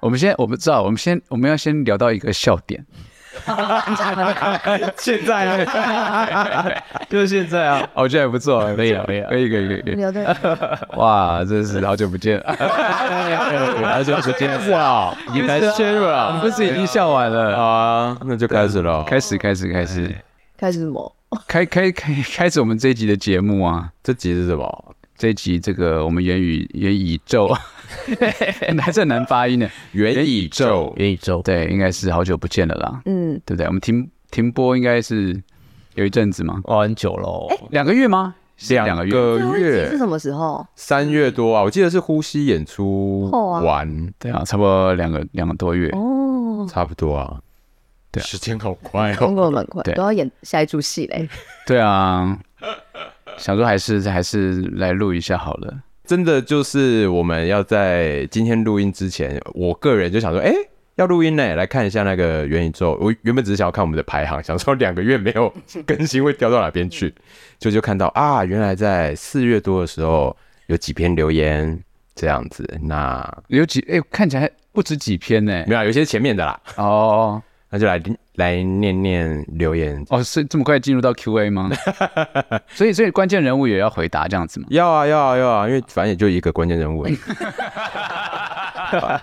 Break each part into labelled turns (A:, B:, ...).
A: 我们先我不知道，我们先我们要先聊到一个笑 点，
B: 现在 啊，就是现在啊，
A: 我觉得还哦不 错，可以了，可以了，可以可以可以可以。
C: 聊的
A: 哇，真是好久不见， 好久不见，哇，已经开始了，不是已经笑完了？
B: 好啊，那就开始了哦。
A: 开始，开始，开始，
C: 开始什么？
A: 开开开 开始我们这一集的节目啊！
B: 这集是什么？
A: 这一集这个我们元宇元宇宙， 还是很难发音呢。
B: 元宇宙，
D: 元宇宙，
A: 对，应该是好久不见了啦，
C: 嗯，
A: 对不对？我们停停播应该是有一阵子嘛，
B: 哦
D: 哇，很久喽。
A: 两个月吗？是两个
B: 两
A: 月。
B: 个
C: 最后一集是
B: 月，
C: 什么时候？
B: 三月多啊，我记得是呼吸演出
C: 后啊
B: 完，
A: 对啊，差不多两个两个多月。
C: 哦，
B: 差不多啊。
A: 对啊
B: 时间好快哦
C: 通。过蛮快，
A: 对
C: 都要演下一出戏嘞。
A: 对啊，想说还是还是来录一下好了。
B: 真的就是我们要在今天录音之前，我个人就想说，哎、要录音呢，来看一下那个元宇宙。我原本只是想要看我们的排行，想说两个月没有更新会掉到哪边去，
C: 嗯
B: 就就看到啊，原来在四月多的时候有几篇留言这样子。那
A: 有几哎、看起来不止几篇呢、
B: 没有啊，有些前面的啦，
A: 哦
B: 那就来来念念留言。
A: 哦，是这么快进入到 Q A 吗？所以所以关键人物也要回答这样 子吗？
B: 要啊要啊要啊，因为反正也就一个关键人物而 已。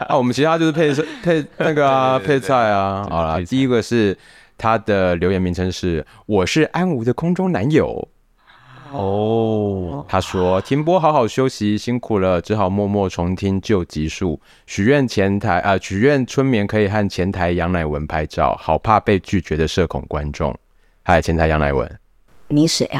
B: 啊，我们其他就是配配那个啊，配菜啊。好啦，第一个是他的留言名称是“我是安吴的空中男友
D: 哦”，，
B: 他说：“停播好好休息，辛苦了，只好默默重听旧集数。许愿前台啊、许愿春眠可以和前台杨乃文拍照，好怕被拒绝的社恐观众。”嗨，前台杨乃文，
C: 你谁啊？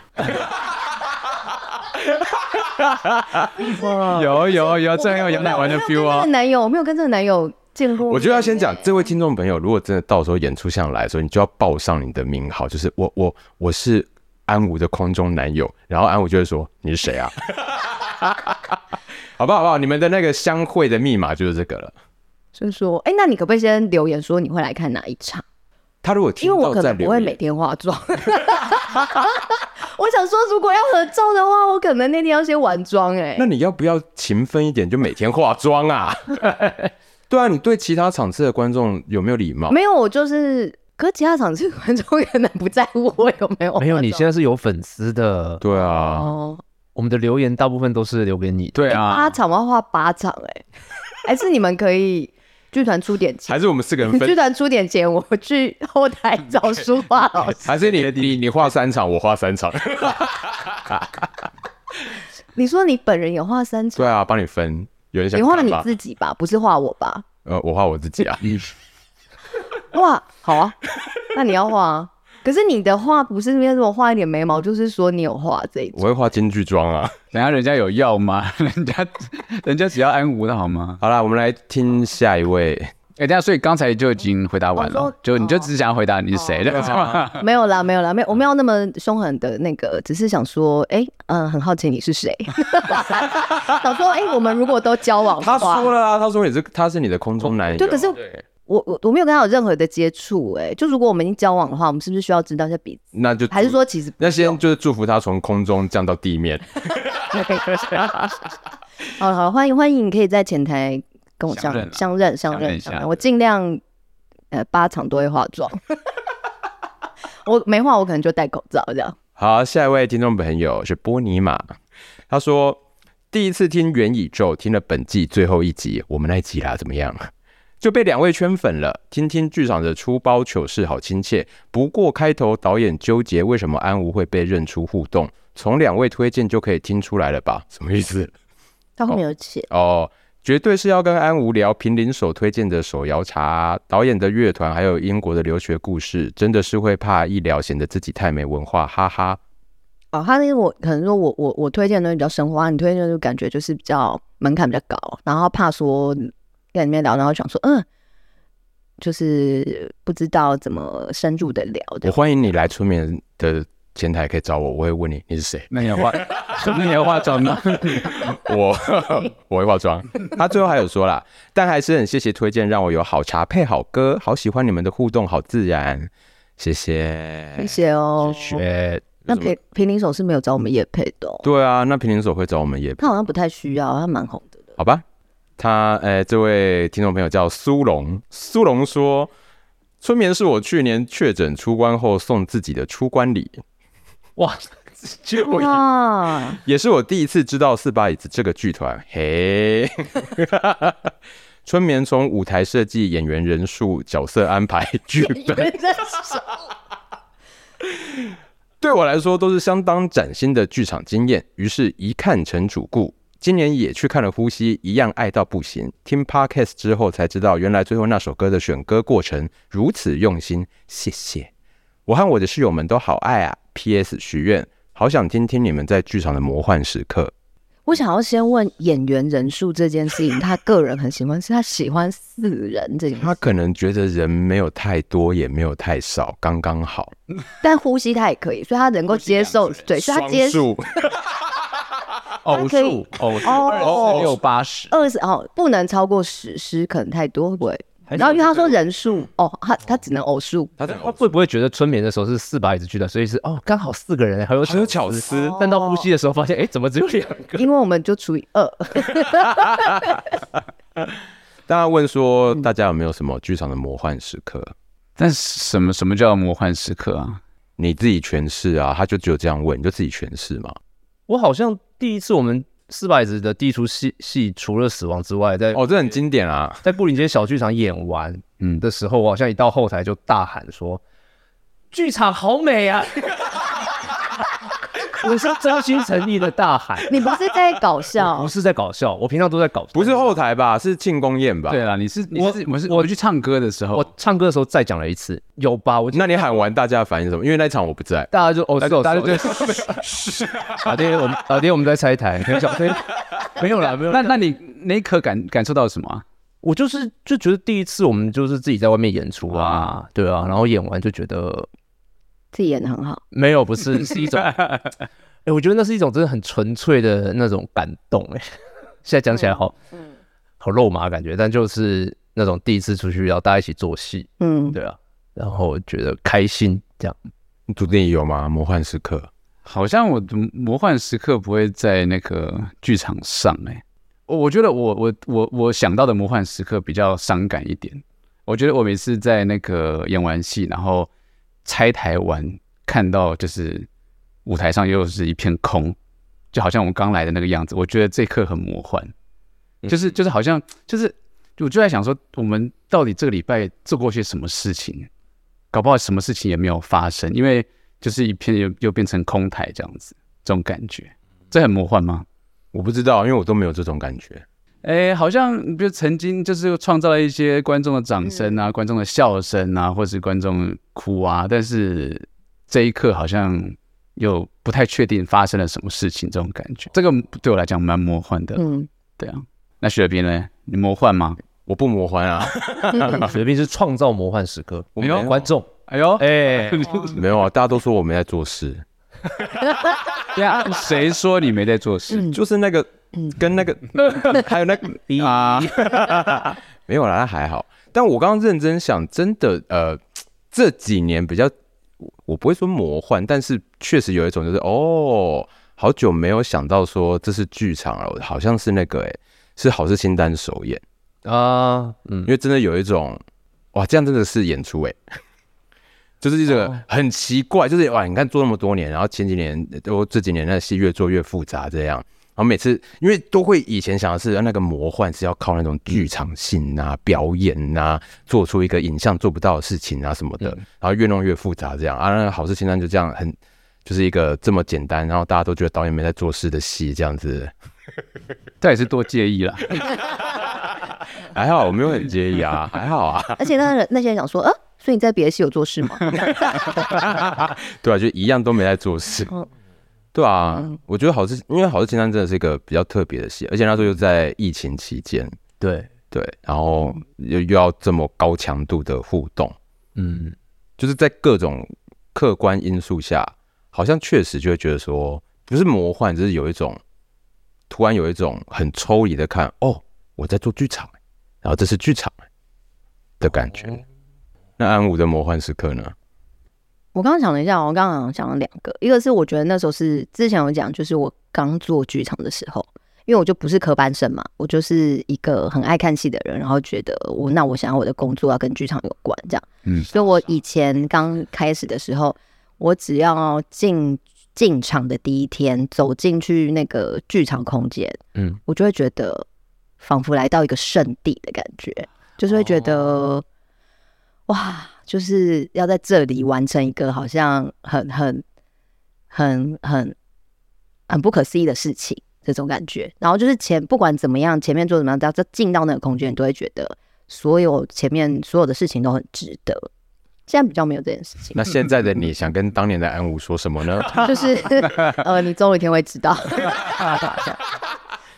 A: 有 有有，这很有杨
C: 没
A: 乃
C: 有
A: 文的 feel 啊
C: 这！个男友，我没有跟这个男友见过面。
B: 我觉得要先讲，这位听众朋友，如果真的到时候演出像来的时候，你就要报上你的名号，就是我我我是安武的空中男友，然后安武就会说你是谁 啊？好不好？好不好？你们的那个相会的密码就是这个了。
C: 就是说，哎，那你可不可以先留言说你会来看哪一场？
B: 他如果
C: 因
B: 听
C: 为我
B: 到
C: 可
B: 在
C: 能不
B: 留
C: 会
B: 言
C: 每天化妆。 我想说，如果要合照的话，我可能那天要先完妆哎、
B: 那你要不要勤奋一点，就每天化妆 啊？对啊，你对其他场次的观众有没有礼貌？
C: 没有，我就是，可是其他场次 观众可能不在乎我有没有化妆。
D: 没有，你现在是有粉丝的，
B: 对啊，
C: 哦，
D: 我们的留言大部分都是留给你。
A: 对啊，
C: 八场我要画八场哎、 还是你们可以剧团出点钱
B: 还，是我们四个 人
C: 剧
B: 分？
C: 团出点钱，我去后台找书画 老师。
B: 还是 你你你画三场，我画三场？
C: 你说你本人有画三场，
B: 对啊，帮你分。有人想
C: 你画
B: 看
C: 你
B: 吧
C: 自己吧，不是画我吧？
B: 呃，我画我自己啊。
C: 哇，好 啊，那你要画啊。可是你的画不是那边如果画一点眉毛，就是说你有画这一种。
B: 我会画京剧妆啊。
A: 等下人家有药吗？ 人家人家只要安无的好吗？
B: 好啦，我们来听下一位。
A: 哎、等下，所以刚才就已经回答完了，
C: 哦说
A: 就你就只想回答 你是谁的、
C: 没有啦，没有啦，没有，我
B: 嗯
C: 没有那么凶狠的那个，只是想说，哎、嗯、很好奇你是谁， 想说，哎、我们如果都交往的
B: 他
C: 话，
B: 说了啊，他说你是他是你的空中男友。
C: 对，可是我我我没有跟他有任何的接触，哎，就如果我们已经交往的话，我们是不是需要知道一下彼此？
B: 那就
C: 还是说其实
B: 那先就是祝福他从空中降到地面。
C: 好了好了，欢迎欢迎，你可以在前台跟我相
A: 相认啊
C: 相认相
A: 相认
C: 认
A: 一
C: 相
A: 下
C: 认，我尽量呃八场都会化妆， 我没化我可能就戴口罩这
A: 哦
C: 样。
B: 好，下一位听众朋友是波尼玛，他说第一次听元宇宙，听了本季最后一集，我们那一集啦，怎么样？就被两位圈粉了。听听剧场的出包糗事，好亲切。不过开头导演纠结为什么安吾会被认出互动，从两位推荐就可以听出来了吧？什么意思？
C: 他后面有写，
B: 哦，绝对是要跟安无聊平林所推荐的手摇茶，导演的乐团，还有英国的留学故事，真的是会怕一聊显得自己太没文化，哈哈。
C: 哦，他那个我可能说我我我推荐的东西比较生活化，你推荐的就感觉就是比较门槛比较高，然后怕说跟里面聊，然后想说嗯，就是不知道怎么深入的聊
B: 我
C: 的。
B: 欢迎你来春眠的前台可以找我，我会问你你是 谁，
A: 那你要化，那你要化妆吗？
B: 我我会化妆。 他最后还有说啦，但还是很谢谢推荐，让我有好茶配好歌，好喜欢你们的互动，好自然，谢谢。
C: 谢谢哦。
B: 学
C: 那平平林手是没有找我们叶配的、哦，
B: 对啊，那平林所会找我们也
C: 他好像不太需要，他蛮红的。
B: 好吧。他呃，这位听众朋友叫苏龙，苏龙说，春眠是我去年确诊出关后送自己的出关礼，
D: 哇，
B: 就
E: 啊，
B: 也是我第一次知道四把椅子这个剧团。嘿， 春眠从舞台设计、演员人数、角色安排、剧
E: 你
B: 本，
E: 们在说
B: 对我来说都是相当崭新的剧场经验。于是，一看成主顾。今年也去看了《呼吸》，一样爱到不行。听 podcast 之后才知道，原来最后那首歌的选歌过程如此用心，谢谢。我和我的室友们都好爱啊。P.S. 许愿，好想听听你们在剧场的魔幻时刻。
E: 我想要先问演员人数这件事情，他个人很喜欢，是他喜欢四人这 件事，
B: 他可能觉得人没有太多，也没有太少，刚刚好。
E: 但呼吸他也可以，所以他能够接受，对，所以他接受
B: 数
D: 偶
E: 可以
D: 数，偶数，
E: 哦
D: 六八十，
E: 二十哦，不能超过十，十可能太多会不会？
D: 还是
E: 然后因为他说人数哦，他他只能偶数，
B: 他
D: 他会不会觉得春眠的时候是四把椅子去的，所以是哦，刚好四个人，还有
B: 好有巧思
E: 哦
D: 但到呼吸的时候发现，哎，怎么只有两个？
E: 因为我们就除以二，
B: 大家问说，大家有没有什么剧场的魔幻时刻？
A: 但是什么什么叫魔幻时刻啊？
B: 你自己诠释啊，他就只有这样问，你就自己诠释嘛。
D: 我好像第一次我们四把椅子的第一出戏戏，除了死亡之外，在
B: 哦，这很经典啊，
D: 在布林街小剧场演完
A: 嗯
D: 的时候，我好像一到后台就大喊说：“剧场好美啊！” 我是真心诚意的大喊，
E: 你不是在搞
D: 不
E: 笑？
D: 是在搞笑，我平常都在搞，
B: 不是后台吧？是庆功宴吧？
A: 对，啦，你是你是我是
D: 我
A: 我去唱歌的时候，
D: 我哦唱歌的时候再讲了一次，有吧？我
B: 那你喊完大家的反应是什么？因为那一场我不在。
D: 大家就哦，是哦
A: 大家
D: 是哦老爹，我们老爹，我们在拆台，没有小飞， 没有啦，没有。
A: 那那你那一刻感感受到什么啊？
D: 我就是就觉得第一次我们就是自己在外面演出啊，对啊，然后演完就觉得
E: 自己演的很好，
D: 没有，不 是是一种，哎、我觉得那是一种真的很纯粹的那种感动、哎， 现在讲起来好，
E: 嗯
D: 好肉麻的感觉，但就是那种第一次出去，然后大家一起做戏，
E: 嗯，
D: 对啊，然后觉得开心这样。
B: 你主电影有吗？魔幻时刻，
A: 好像我的魔幻时刻不会在那个剧场上哎、我我觉得我我我我想到的魔幻时刻比较伤感一点。我觉得我每次在那个演完戏，然后拆台完，看到就是舞台上又是一片空，就好像我们刚来的那个样子。我觉得这一刻很魔幻，
B: 嗯
A: 就是就是好像就是我就在想说，我们到底这个礼拜做过些什么事情？搞不好什么事情也没有发生，因为就是一片又又变成空台这样子，这种感觉，这很魔幻吗？
B: 我不知道，因为我都没有这种感觉。
A: 哎，好像就曾经就是创造了一些观众的掌声啊、观众的笑声啊，或是观众哭啊，但是这一刻好像又不太确定发生了什么事情，这种感觉，这个对我来讲蛮魔幻的。
E: 嗯，
A: 对啊，那雪冰呢？你魔幻吗？
B: 我不魔幻 啊，
D: 雪碧是创造魔幻时刻，嗯我
B: 没有
D: 们观众，
A: 哎呦，
D: 哎、
B: 没有啊，大家都说我没在做事，
A: 对啊，谁说你没在做事？
B: 就是那个跟 那个还有那个
A: 啊，
B: 嗯没有啦，那还好。但我刚刚认真想，真的，呃，这几年比较，我我不会说魔幻，但是确实有一种就是，哦，好久没有想到说这是剧场了，好像是那个、哎，是好事清单首演，
D: 啊，嗯
B: 因，为真的有一种，哇，这样真的是演出、哎，就是这个很奇怪，就是哇，你看做那么多年，然后前几年都这几年那戏越做越复杂，这样。然后每次，因为都会以前想的是啊那个魔幻是要靠那种剧场性啊、表演啊，做出一个影像做不到的事情啊什么的，然后越弄越复杂这样啊。那个好事清单就这样很，就是一个这么简单，然后大家都觉得导演没在做事的戏这样子，
A: 这也是多介 意啦。
B: 还好我没有很介意啊，还好啊，
E: 而且那人那些人想说，呃，所以你在别的戏有做事吗？
B: 对啊，就一样都没在做事
E: 嗯。
B: 对啊，我觉得好事，因为好事清单真的是一个比较特别的戏，而且那时候又在疫情期间，
D: 对，
B: 对，然后又又要这么高强度的互动，
D: 嗯，
B: 就是在各种客观因素下，好像确实就会觉得说，不是魔幻，只是有一种突然有一种很抽离的看，哦，我在做剧场，然后这是剧场的感觉。那安武的魔幻时刻呢？
E: 我刚刚想了一下，我刚刚好像想了两个，一个是我觉得那时候是之前有讲，就是我刚做剧场的时候，因
C: 因为我就不是科班生嘛，我就是一个很爱看戏的人，然后觉得我那我想要我的工作要跟剧场有关这样，
A: 嗯
C: 所以我以前刚开始的时候，我只要进进场的第一天走进去那个剧场空间，
D: 嗯，
C: 我就会觉得仿佛来到一个圣地的感觉，就是会觉得、哇，就是要在这里完成一个好像很很很很很不可思议的事情这种感觉。然后就是前不管怎么样，前面做怎么样，只要进到那个空间，你都会觉得所有前面所有的事情都很值得。现在比较没有这件事情，
B: 那现在的你想跟当年的安武说什么呢？
C: 就是呃，你总有一天会知道。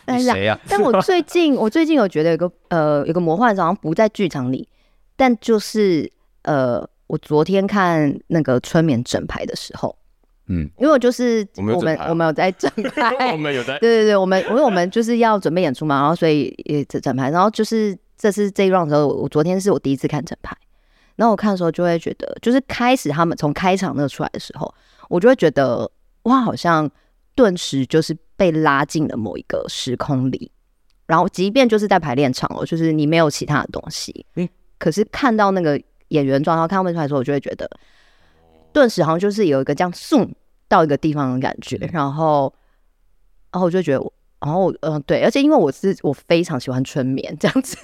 C: 但
D: 你
C: 是啊
D: 谁呀？
C: 但我最近，我最近有觉得有个呃，有个魔幻好像不在剧场里，但就是呃，我昨天看那个《春眠整排》的时候，
A: 嗯，
C: 因为我就是
B: 我们有
C: 我们
B: 整排啊
C: 我们有在整 排，
B: 们有在
C: 对对对，我们因为我们就是要准备演出嘛，然后所以也整整排，然后就是这次这一 round 的时候，我昨天是我第一次看整排，然后我看的时候就会觉得，就是开始他们从开场那出来的时候，我就会觉得哇，好像顿时就是被拉进了某一个时空里，然后即便就是在排练场哦，就是你没有其他的东西，
B: 嗯
C: 可是看到那个演员状态，看他们出来的时候，我就会觉得顿时好像就是有一个这样送到一个地方的感觉，然后。然后我就觉得我，然后我嗯、对，而且因为我是我非常喜欢春眠这样子，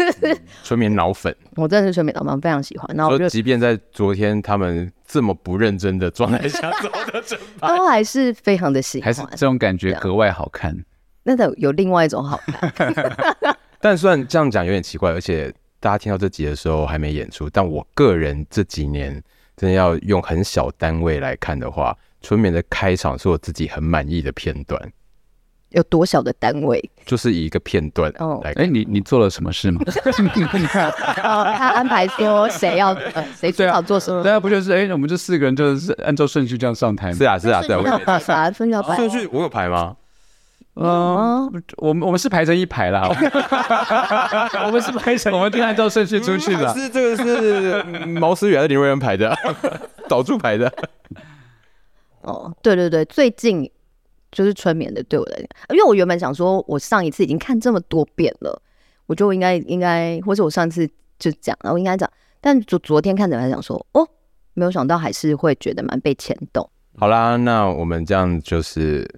B: 春眠脑 粉，
C: 我真的是春眠老妈非常喜欢。然后我就
B: 嗯说即便在昨天他们这么不认真的 状态下走的整排，
C: 都还是非常的喜
A: 还
C: 欢
A: 是，这种感觉
B: 啊
A: 格外好看。
C: 那的有另外一种好看。
B: 但虽然这样讲有点奇怪，而且大家听到这集的时候还没演出，但我个人这几年真的要用很小单位来看的话，春眠的开场是我自己很满意的片段，
C: 有多小的单 位？
B: 就是以一个片段
C: 哦
B: 来看。
A: 哎、你你做了什么 事吗？
C: 哦，他安排说谁要、呃、谁
B: 啊
C: 最好做什么
A: 大，家不就是哎、我们这四个人就是按照顺序这样上台吗
B: 是？啊是啊是
C: 顺
B: 啊，我
C: 序要
B: 有
C: 排吧，哦分要排。
B: 顺序我有排吗？
A: 嗯、
B: 啊
A: 我们我们是排成一排 啦， 我们是排成，我们就按照顺序出去的。
B: 嗯啊是这个是 嗯毛思雨还是林瑞恩排的， 导助排的。
C: 哦，对对对，最近就是春眠的，对我来讲，因为我原本想说，我上一次已经看这么多遍了，我就应该应该，或者我上次就讲，然后应该讲，但昨昨天看着来讲说，哦，没有想到还是会觉得蛮被牵动。
B: 好啦，那我们这样就是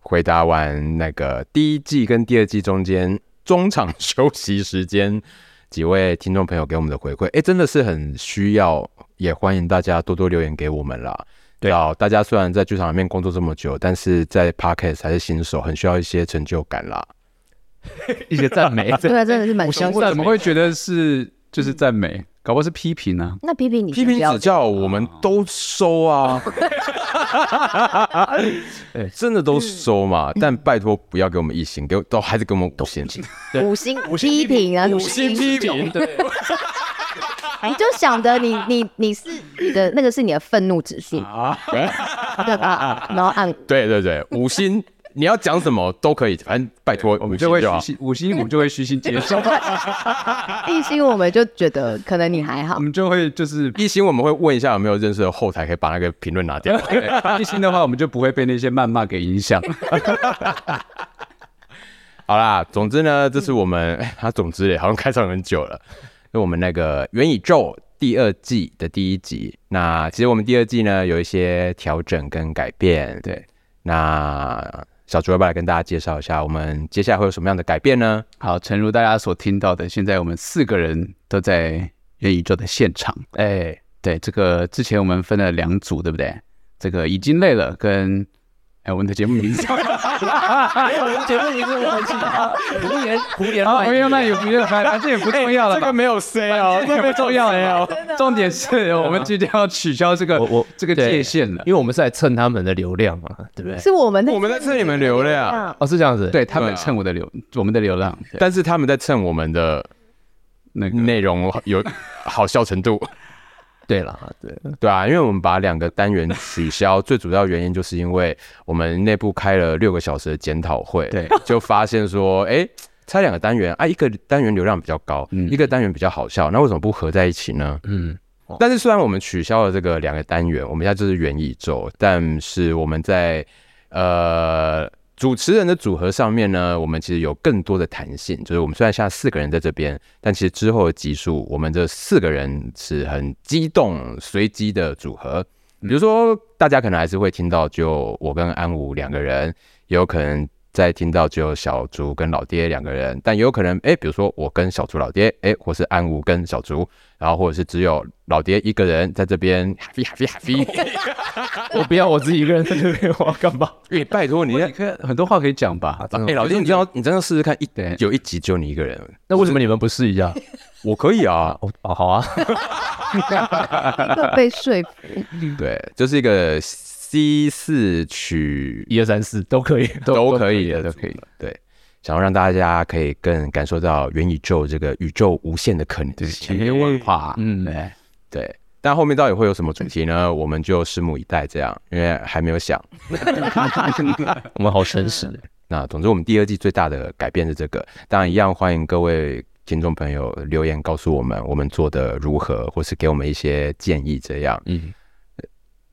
B: 回答完那个第一季跟第二季中间中场休息时间，几位听众朋友给我们的回馈，哎、真的是很需要，也欢迎大家多多留言给我们啦。对啊，大家虽然在剧场里面工作这么久，但是在 podcast 还是新手，很需要一些成就感啦。
D: 一些赞美，
C: 对啊，真的是蛮
A: 我
C: 相
A: 想我怎么会觉得是就是赞美，
B: 嗯
A: 搞不好是批评啊呢、
C: 那批评你
B: 批
C: 先
B: 评
C: 不要
B: 指教我们都收 啊，哎真的都收嘛。但拜托不要给我们一星，给我嗯都还是给我们五星。
C: 五星批评啊，五
B: 星批评
C: 对。你就想着你你你是你的那个是你的愤怒指数，对吧？然后按
B: 对对对，五星你要讲什么都可以，反正拜托
A: 我
B: 五
A: 们
B: 星
A: 就会
B: 就好
A: 虚。心，五星我们就会虚心接 受，
C: 一星，我们就觉得可能你还好
A: 我，们就会就是
B: 一星我们会问一下有没有认识的后台，可以把那个评论拿掉。
A: 对一星的话，我们就不会被那些谩骂给影响。
B: 好啦，总之呢，这是我们哎啊，总之嘞，好像开场很久了。就我们那个元宇宙第二季的第一集，那其实我们第二季呢有一些调整跟改变。
A: 对，
B: 那小猪要不要来跟大家介绍一下，我们接下来会有什么样的改变呢？
A: 好，诚如大家所听到的，现在我们四个人都在元宇宙的现场。
D: 哎、
A: 对，这个之前我们分了两组，对不对？这个已经累了，跟哎，我们的节目名字，
D: 我们节目名字我很记得，胡言胡言
A: 好，
D: 乱
A: 我用那
D: 语，
A: 也不用，反反正也不重要了吧。
B: 没有哦 C
A: 这个不重要了，重点是我们今天要取消这个
D: 我我
A: 这个
D: 对
A: 界限了
D: 因。为我们是来蹭他们的流量嘛，对不对？
C: 是我们
B: 我们在蹭你们流量，
C: 啊，
D: 哦，是这样子，
A: 对他
B: 对
A: 们
B: 啊
A: 蹭我的流，我们的流浪，对
B: 但是他们在蹭我们的
A: 那个
B: 内容 有好笑 程度。
D: 对啦，对，
B: 对啊，因为我们把两个单元取消，最主要原因就是因为我们内部开了六个小时的检讨会，
A: 对，
B: 就发现说，哎、拆两个单元啊，一个单元流量比较高，
A: 嗯
B: 一个单元比较好笑，那为什么不合在一起呢？哦
D: 嗯，
B: 但是虽然我们取消了这个两个单元，我们现在就是元宇宙，但是我们在呃主持人的组合上面呢，我们其实有更多的弹性，就是我们虽然现在四个人在这边，但其实之后的集数，我们这四个人是很激动、随机的组合。比如说，大家可能还是会听到就我跟安武两个人，也有可能再听到只有小竹跟老爹两个人，但也有可能哎、诶比如说我跟小竹、老爹，哎、或是安武跟小竹，然后或者是只有老爹一个人在这边 happy happy happy。
D: 我不要我自己一个人在这边，我要干嘛？
B: 哎、拜托你，
A: 你可以很多话可以讲吧？
B: 哎、老爹，你真的要你真的试试看一
A: 对
B: 有一集只有你一个人，
D: 那为什么你们不试一下？
B: 我可以啊，
D: 哦，哦好啊，
E: 一个被说服，
B: 对，
A: 哦
B: 就是一个 C 四曲
D: 一二三四都可以。
B: 都可以的，
A: 都可以。
B: 对，想要让大家可以更感受到元宇宙这个宇宙无限的可能性。
A: 没问法，
D: 嗯
A: 嗯，哎，
B: 对，但后面到底会有什么主题呢？我们就拭目以待，这样，因为还没有想。
D: 我们好诚实，
B: 那总之，我们第二季最大的改变是这个。当然，一样欢迎各位听众朋友留言告诉我们我们做的如何，或是给我们一些建议，这样
D: 嗯，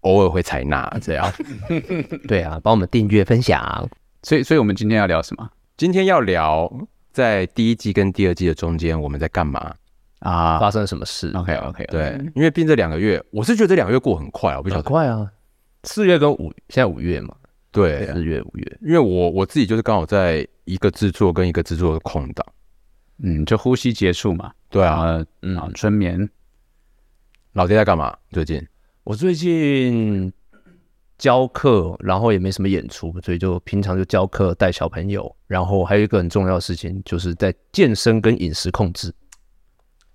B: 偶尔会采纳。这 样，
D: 对啊，帮我们订阅分享。
A: 所以所以我们今天要聊什么
B: 今天要聊在第一季跟第二季的中间我们在干嘛？
A: 啊
D: 发生了什么事？
A: ？OK OK，，
B: 对，因为毕竟这两个月，我是觉得这两个月过很快，我不晓
D: 很
B: 得。
D: 快啊，四月跟五，现在五月嘛，
B: 对，啊
D: 四月五月，
B: 因为我我自己就是刚好在一个制作跟一个制作的空档。
A: 嗯，就呼吸结束嘛，
B: 对
A: 然
B: 啊，
A: 后然后春眠，
B: 老爹在干嘛？最近
D: 我最近教课，然后也没什么演出，所以就平常就教课带小朋友，然后还有一个很重要的事情，就是在健身跟饮食控制。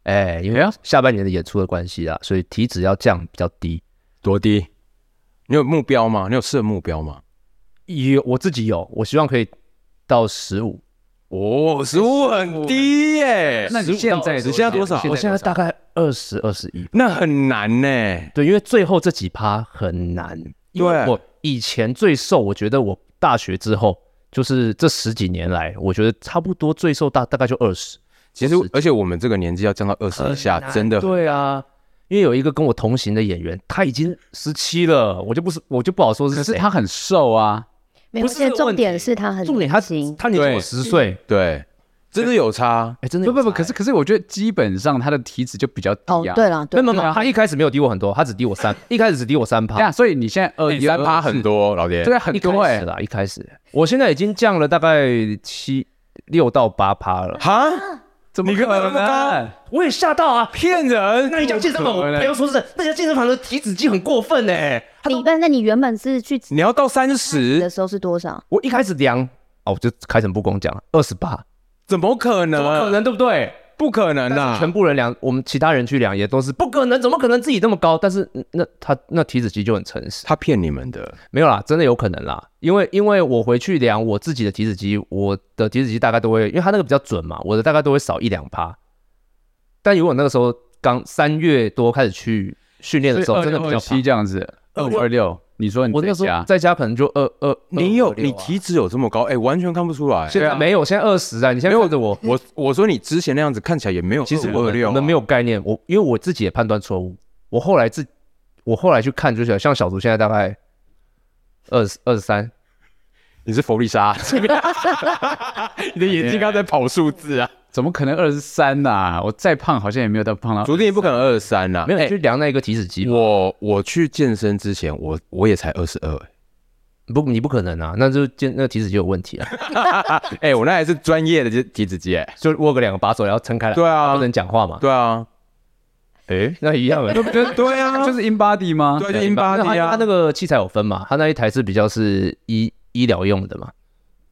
D: 哎，因
A: 哎
D: 为
A: 呀
D: 下半年的演出的关系啊，所以体脂要降比较低。
B: 多低？你有目标吗？你有设目标吗？
D: 有我自己有，我希望可以到十五。
B: 哦，食物很低耶
A: 那你现在
B: 你现在多少
D: 啊我现在大概二十二十一。
B: 那很难呢、
D: 对，因为最后这几趴很难。因为
B: 对
D: 我以前最瘦，我觉得我大学之后，就是这十几年来，我觉得差不多最瘦大大概就二十。
B: 其实，而且我们这个年纪要降到二十以下，真的很
D: 对啊，因为有一个跟我同行的演员，他已经十七了，我就不是我就不好说是
A: 可是
D: 谁。
A: 他很瘦啊，
E: 没有。
D: 不
E: 而
D: 是这
E: 且
D: 个
E: 重
D: 问
E: 点
D: 题
E: 是他很
D: 重点他
E: 行，
D: 他年轻我
B: 对
D: 十岁，
B: 对，真的有差。
D: 哎，真的
A: 不不不，
D: 有差
A: 可是可是我觉得基本上他的体脂就比较
E: 哦
A: 低啊，，
E: 对了，
D: 没
E: 对
D: 有没有没有，他一开始没有低我很多，他只低我三，一开始只低我三
A: 对
D: 趴
A: 啊，，所以你现在二
B: 你三呃趴很，多，老爹
A: 对啊，很
D: 一
A: 多
D: 开
A: 哎
D: 始，啦，一开始，我现在已经降了大概七六到八趴了，
B: 哈，
A: 怎么
B: 你根本
A: 可
B: 那么高
A: 能？
D: 我也吓到啊！
B: 骗人！
D: 那你讲健身房，我
A: 可能
D: 朋友说是那家健身房的体脂机很过分呢、欸他
E: 你那那你原本是去
B: 你要到三
E: 的
B: 十，
E: 时候是多少？
D: 我一开始量哦，我就开诚布公讲了，二十八，
B: 怎么可能？
D: 怎么可？能对不对？
B: 不可能
D: 但
B: 啊！
D: 是全部人量，我们其他人去量也都是不可能，怎么可能自己那么高？但是嗯那他那体脂机就很诚实，
B: 他骗你们的，
D: 没有啦，真的有可能啦，因为因为我回去量我自己的体脂机，我的体脂机大概都会，因为它那个比较准嘛，我的大概都会少一两趴。但如果那个时候刚三月多开始去训练的时候，哦真的比较
A: 七
D: 胖。
A: 这样子，二五二六，你说你
D: 我那
A: 在
D: 个时候
A: 家
D: 在家可能就二二，啊
B: 你有你
D: 体。
B: 体脂有这么高？哎、完全看不出来。
D: 现在没有，现在二十啊！你现在看着我，啊
B: 我我说你之前那样子看起来也没有，
D: 其实我
B: 二
D: 们
B: 六、啊
D: 我们没有概念，我因为我自己也判断错误。我后来自我后来去看，就是像小竹现在大概二十二十三，
B: 你是佛利沙， 你的眼睛刚才跑数 字啊，
A: 怎么可能二十三呐？我再胖好像也没有到胖到
B: 昨天也不可能二十三
A: 啊
B: 呐，
D: 没有
B: 哎
D: 去量那个体脂机。
B: 我我去健身之前，我我也才二十二，
D: 不，你不可能啊！那就健那个体脂机有问题 啊！
B: 哎，我那还是专业的体脂机，哎，
D: 就握个两个把手，然后撑开来，
B: 对啊
D: 不能讲话嘛。
B: 对啊，
D: 哎，那一样的。
A: 就
B: 对啊
A: 就是 in body 吗？
B: 对，就英巴
D: 那
B: 利
D: 他
B: 啊
D: 他，那个器材有分嘛？他那一台是比较是医医疗用的嘛，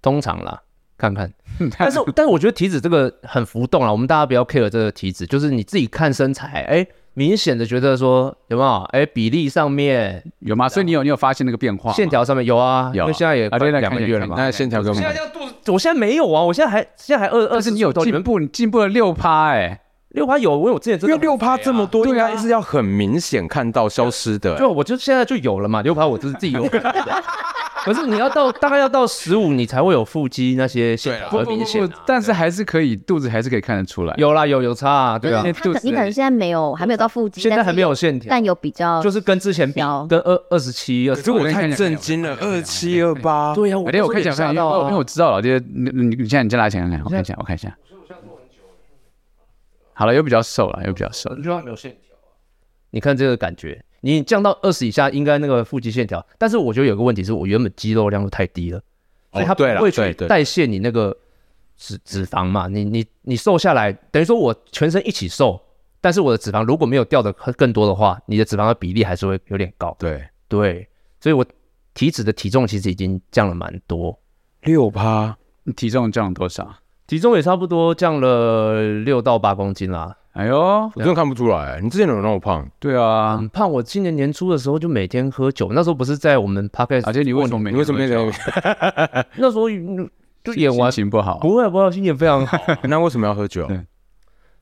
D: 通常啦，看看。但是 但是我觉得体脂这个很浮动啦，我们大家不要 care 这个体脂，就是你自己看身材，哎、明显的觉得说有没有？哎、比例上面、
A: 有吗？所以你有你有发现那个变化吗？
D: 线条上面有啊，
A: 有啊
D: 因为现在也
A: 啊
D: 快
A: 对那
D: 两
A: 看
D: 个
A: 见
D: 月了嘛。
B: 那线条跟我
D: 现在
B: 们
D: 要肚子，我现在没有啊，我现在还现在还二二
A: 但是
D: 十，
A: 你有
D: 到你
A: 进
D: 们
A: 步，你进步了六趴哎，
D: 六趴有，我有之前真
B: 因
D: 的
B: 为六趴这么多，应
D: 对啊
B: 该是要很明显看到消失的，
D: 就我就现在就有了嘛，六趴我就是自己有。 可是你要到大概要到十五，你才会有腹肌那些线条
B: 对
A: 不
D: 会
A: 不
D: 明
A: 不
D: 显
A: 不
D: 啊。，
A: 但是还是可以，肚子还是可以看得出来。
D: 有啦，有有差啊，对啊
A: 那，
E: 他可
A: 肚子
E: 你可能现在没有，还没有到腹肌，
D: 现在
E: 但是
D: 还没有线条
E: 但，有比较
D: 就是跟之前比
E: 条，
D: 跟二二十七、二
B: 可
D: 十
B: 是我太
A: 看起来
B: 震惊了，
A: 看起来
B: 二七二八，
D: 啊对呀，我
A: 哎，等一下我看一下，
D: 有
A: 我看
D: 吓
A: 一下，
D: 到
A: 因为因为
D: 啊，
A: 我知道了，这些你你你现在你再拿起来看看，我看一下，我看一下。好了，又比较瘦了，又比较瘦了。
D: 就还没有线条
B: 啊
D: 你看这个感觉，你降到二十以下，应该那个腹肌线条。但是我觉得有个问题是我原本肌肉量就太低了，所以它
B: 哦
D: 不
B: 对啦
D: 会
B: 对
D: 去
B: 对
D: 代谢你那个脂脂肪嘛。你你你瘦下来，等于说我全身一起瘦，但是我的脂肪如果没有掉的更多的话，你的脂肪的比例还是会有点高。
B: 对，
D: 对，所以我体脂的体重其实已经降了蛮多，
B: 六趴，
A: 你体重降了多少？
D: 体重也差不多降了六到八公斤啦。
A: 哎呦，
B: 我真的看不出来，你之前怎么那么胖？
A: 对啊，
D: 很胖，我今年年初的时候就每天喝酒，那时候不是在我们 podcast，、
A: 而啊且你为什么每
B: 你为什么
A: 天
B: 没
A: 都会
B: 有
A: 讲？
D: 那时候嗯就演完
A: 心，情不好，
D: 不会不会，心情非常好。
B: 那为什么要喝酒？
A: 对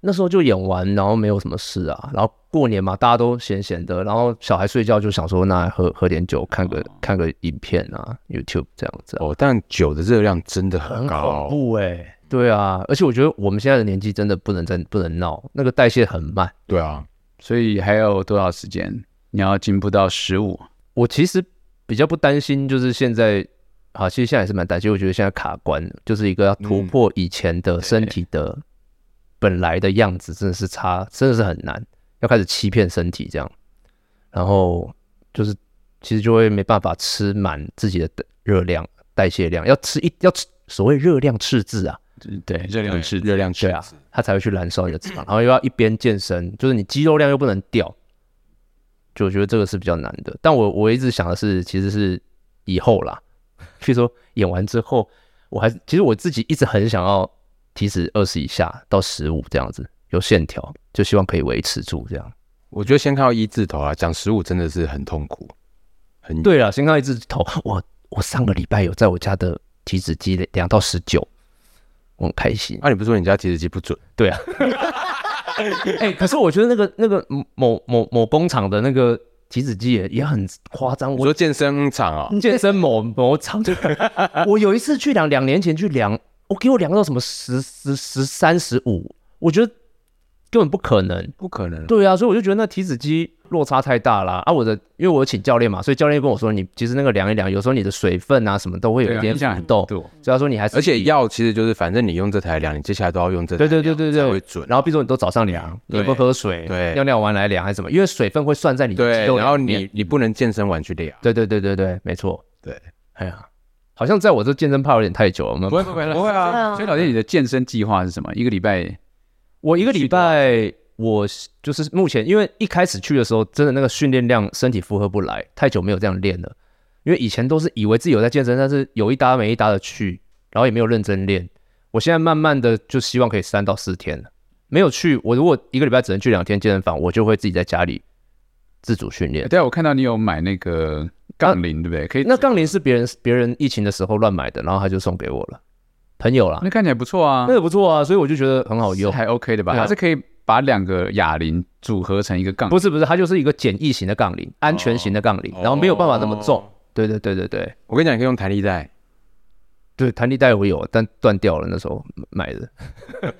D: 那时候就演完，然后没有什么事啊，然后过年嘛，大家都闲闲的，然后小孩睡觉就想说，那喝喝点酒，看个、
A: 哦
D: 看个影片啊，YouTube 这样子啊、
B: 哦，但酒的热量真的
D: 很
B: 很
D: 恐
B: 高，
D: 怖哎、
A: 欸
D: 对啊，而且我觉得我们现在的年纪真的不能真不能闹，那个代谢很慢。
B: 对啊，
A: 所以还有多少时间？你要进步到十五，
D: 我其实比较不担心，就是现在，啊，其实现在也是蛮担心。我觉得现在卡关，就是一个要
A: 嗯
D: 突破以前的身体的本来的样子，真的是差，真的是很难，要开始欺骗身体这样。然后就是其实就会没办法吃满自己的热量代谢量，要吃一要吃所谓热量赤字啊，
A: 嗯对，热量
B: 是
A: 赤字
B: 热量吃
D: 对啊，它才会去燃烧你的脂肪，然后又要一边健身，就是你肌肉量又不能掉，就我觉得这个是比较难的。但我我一直想的是，其实是以后啦， 譬如说演完之后，我还是其实我自己一直很想要体脂二十以下到十五这样子，有线条，就希望可以维持住这样。
B: 我觉得先看到一字头啊，讲十五真的是很痛苦，很
D: 对了，先看一直头，我我上个礼拜有在我家的体脂机量到十九，我很开心。
B: 啊，你不是说你家体脂机不准？
D: 对啊， 哎、可是我觉得那个那个某某某工厂的那个体脂机也也很夸张。
B: 我
D: 我嗯
B: 说健身场啊，
D: 健身某某厂 就，我有一次去量，两年前去量，我给我量到什么十十十三十五，我觉得根本不可能。
B: 不可能，
D: 对啊，所以我就觉得那体脂机落差太大啦。啊，我的因为我有请教练嘛，所以教练跟我说，你其实那个量一量，有时候你的水分啊什么都会有
A: 对
D: 一
A: 啊
D: 点
A: 影响
D: 浮
A: 很
D: 动，
A: 多
D: 所以他说你还是
B: 而且
D: 以
B: 药其实就是，反正你用这台量，你接下来都要用这台
D: 对
B: 量
D: 对对对
B: 才
D: 对，
B: 会准。
D: 然后比如说你都早上量，你也不喝水，
B: 对
D: 尿尿完来量还是什么？因为水分会算在你的肌
B: 对，
D: 肉
B: 然后
D: 里面
B: 你你不能健身完去啊量，
D: 对对对对对，没错。
B: 对，
D: 哎呀，好像在我这健身泡有点太久了。我们
A: 不会不会不会啊！所以老爹，你的健身计划是什么？一个礼拜
D: 我一个礼拜，我就是目前因为一开始去的时候，真的那个训练量身体负荷不来，太久没有这样练了。因为以前都是以为自己有在健身，但是有一搭没一搭的去，然后也没有认真练。我现在慢慢的就希望可以三到四天了。没有去，我如果一个礼拜只能去两天健身房，我就会自己在家里自主训练。
A: 对啊，我看到你有买那个杠铃，对不对？可以，
D: 那杠铃是别人别人疫情的时候乱买的，然后他就送给我了，朋友啦，
A: 那看起来不错啊
D: 那，个不错啊，所以我就觉得很好
A: 是
D: 用。
A: 还 OK 的吧？
D: 对啊
A: 它是可以把两个哑铃组合成一个杠，
D: 不是不是，它就是一个简易型的杠铃，
B: 哦
D: 安全型的杠铃，然后没有办法那么重。对对对对对
B: 我跟你讲，你可以用弹力带，
D: 对，弹力带我有，但断掉了，那时候买的，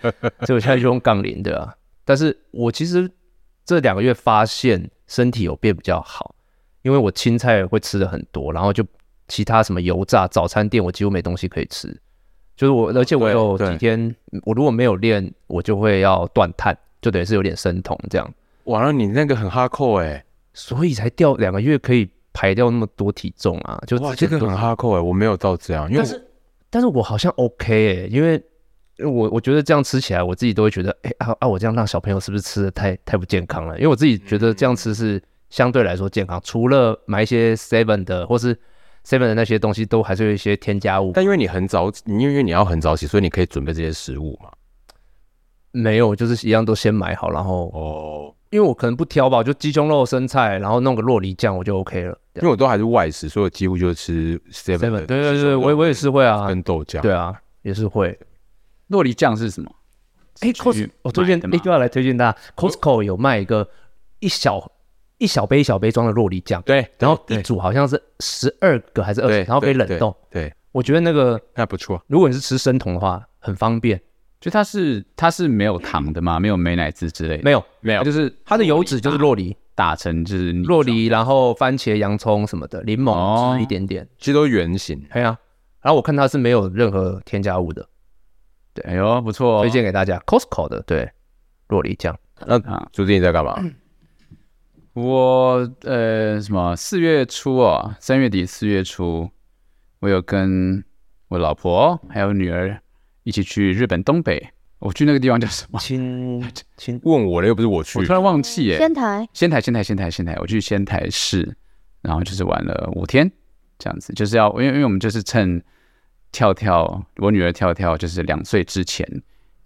D: 所以我现在就用杠铃的啊。但是我其实这两个月发现身体有变比较好，因为我青菜会吃的很多，然后就其他什么油炸、早餐店我几乎没东西可以吃。就是我，而且我
B: 对
D: 有
B: 对
D: 几天，我如果没有练，我就会要断碳，就等于是有点生酮这样。
B: 哇，那你那个很哈扣哎，
D: 所以才掉两个月可以排掉那么多体重啊，就
B: 哇，
D: 之
B: 这
D: 前
B: 个
D: 都
B: 很哈扣哎，我没有到这样，因为我
D: 但是我好像 OK 诶、因为因为我我觉得这样吃起来，我自己都会觉得，哎、啊啊，我这样让小朋友是不是吃的太太不健康了？因为我自己觉得这样吃是相对来说健康，除了买一些 Seven 的或是 Seven 的那些东西，都还是有一些添加物。
B: 但因为你很早，你因为你要很早起，所以你可以准备这些食物嘛。
D: 没有，就是一样都先买好，然后
B: 哦，
D: 因为我可能不挑吧，我就鸡胸肉、生菜，然后弄个洛梨酱，我就 OK 了。
B: 因为我都还是外食，所以我几乎就吃 seven，
D: Seven，对
B: 的
D: 对对，我也我也是会啊，
B: 跟豆浆。
D: 对啊，也是会。
A: 洛梨酱是什么？
D: 哎
A: 去
D: ，Cos，我推
A: 买
D: 荐
A: 的
D: 哎
A: 嘛
D: 哦又要来推荐大家，Costco 有卖一个一小一小杯一小杯装的洛梨酱，
B: 对，
D: 然后一
B: 对
D: 组好像是十二个还是二十，
B: 对，
D: 然后被冷冻。
B: 对，对，
D: 我觉得那个
B: 那不错。
D: 如果你是吃生酮的话，很方便，
A: 就它是它是没有糖的嘛，没有美乃滋之类的，
D: 没有
B: 没有
D: 它就是它的油脂就是洛梨、
A: 打成就是你
D: 洛梨，然后番茄、洋葱什么的，柠
A: 哦
D: 檬吃一点点，
B: 其实都是圆形，
D: 对啊。然后我看它是没有任何添加物的，
A: 哎呦不错、哦，
D: 推荐给大家 Costco 的对洛梨酱。
B: 那
A: 啊
B: 朱弟你在干嘛？
A: 我呃什么四月初哦，三月底四月初，我有跟我老婆哦还有女儿一起去日本东北。我去那个地方叫什么？
D: 青青
B: 问我了，又不是我去
A: 我。突然忘记耶。
E: 仙台
A: 仙台，仙台，仙台，仙台，我去仙台市，然后就是玩了五天，这样子，就是要因为因为我们就是趁跳跳，我女儿跳跳就是两岁之前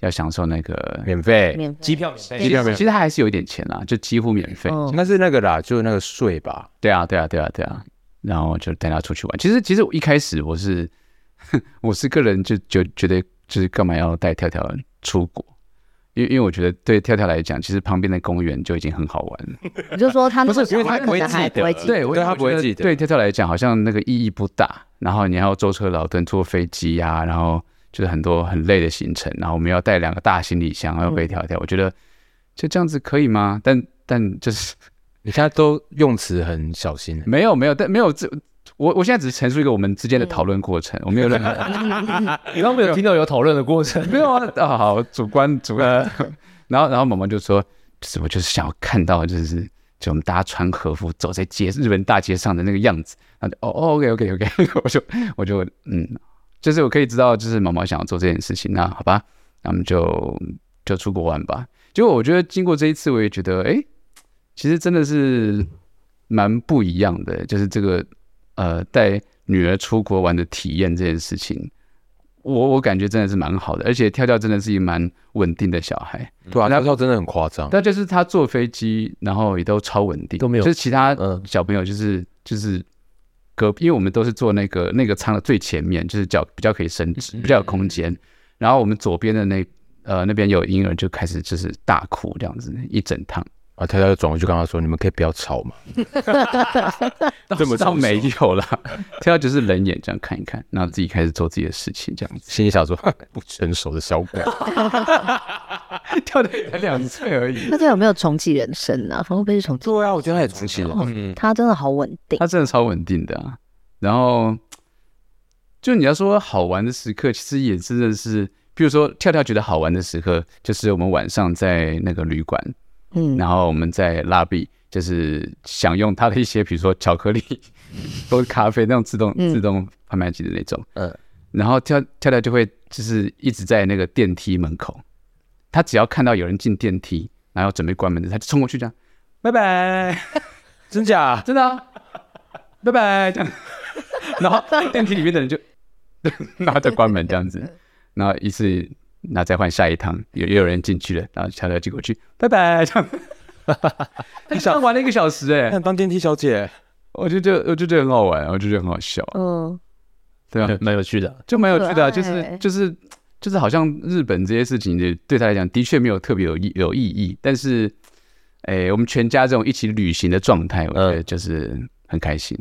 A: 要享受那个，
B: 免费，
E: 免费
D: 机票免费
E: 机
A: 其
E: 票
A: 实其实她还是有一点钱啦，就几乎免费。
E: 嗯
B: 那是那个啦，就是那个税吧。
A: 对啊，对啊，对啊，对啊。然后就带他出去玩。其实，其实我一开始我是， 我是个人就就觉得就是干嘛要带跳跳出国，因为因为我觉得对跳跳来讲，其实旁边的公园就已经很好玩了。
E: 你就说他那
B: 不是因为他
E: 不
B: 不会
E: 能
B: 记
E: 还
B: 得
E: 不会记
B: 对
A: 我
B: 呃对他
A: 我
B: 不会
A: 觉得
B: 记得
A: 对跳跳来讲，好像那个意义不大。然后你还要舟车劳顿，坐飞机呀、然后就是很多很累的行程。然后我们要带两个大行李箱，然后
B: 嗯
A: 背跳跳。我觉得就这样子可以吗？但但就是
B: 你现在都用词很小心，
A: 没有没有，但没有这我我现在只是陈述一个我们之
B: 嗯
A: 间的讨论过程，我没有任何
D: 你刚刚没有听到有讨论的过程？
A: 没有啊啊好主观主观。 然后然后妈妈就说，就是我就是想要看到就是。就我们大家穿和服走在街日本大街上的那个样子，然后就哦哦，OK OK OK，我 就我就嗯，就是我可以知道，就是毛毛想要做这件事情，那好吧，那我们就就出国玩吧。结果我觉得经过这一次，我也觉得，哎、其实真的是蛮不一样的，就是这个呃带女儿出国玩的体验这件事情，我我感觉真的是蛮好的，而且跳跳真的是一个蛮稳定的小孩，
B: 对啊，那时候真的很夸张。
A: 但就是他坐飞机，然后也都超稳定，
D: 都没有
A: 就是其他
D: 嗯
A: 小朋友就是、就是隔，因为我们都是坐那个那个舱的最前面，就是脚比较可以伸直，比较有空间。然后我们左边的那呃那边有婴儿就开始就是大哭这样子一整趟，
B: 啊，他就转过去跟他说：“你们可以不要吵嘛。这么
A: 倒
B: 成熟
A: 没有啦， 跳到就是冷眼这样看一看，然后自己开始做自己的事情这样”子。
B: 心里想说：“ 不成熟的小鬼。
A: 跳的才两岁而 已，
E: 那他有没有重启人生呢、会不会是重”启？
B: 对啊， 我觉得他也重启了。
D: 哦
B: 嗯，
E: 他真的好稳定，
A: 他真的超稳定的、啊。然后，就你要说好玩的时刻，其实也真的是，比如说跳跳觉得好玩的时刻，就是我们晚上在那个旅馆，
E: 嗯，
A: 然后我们在蜡笔，就是享用它的一些，比如说巧克力 或者咖啡那种自动
E: 嗯
A: 自动贩卖机的那种。
D: 嗯
A: 然后跳跳跳就会就是一直在那个电梯门口，他只要看到有人进电梯，然后准备关门的，他就冲过去这样，拜拜，
B: 真假？
A: 真的、啊，拜拜这样。然后电梯里面的人就，然后再关门这样子，然后一次，然后再换下一趟，也也有人进去了，然后跳跳就过去，拜拜这样。他想玩了一个小时哎、
B: 看当电梯小姐，
A: 我就觉得我就觉得很好玩，我就觉得很好笑，
E: 嗯，
A: 对啊，
D: 蛮有趣的。
A: 就蛮有趣的、啊，就
E: 可
A: 是
E: 爱
A: 就是就是好像日本这些事情也对他来讲的确没有特别有意有意义，但是，哎、我们全家这种一起旅行的状态，我觉得就是很开心，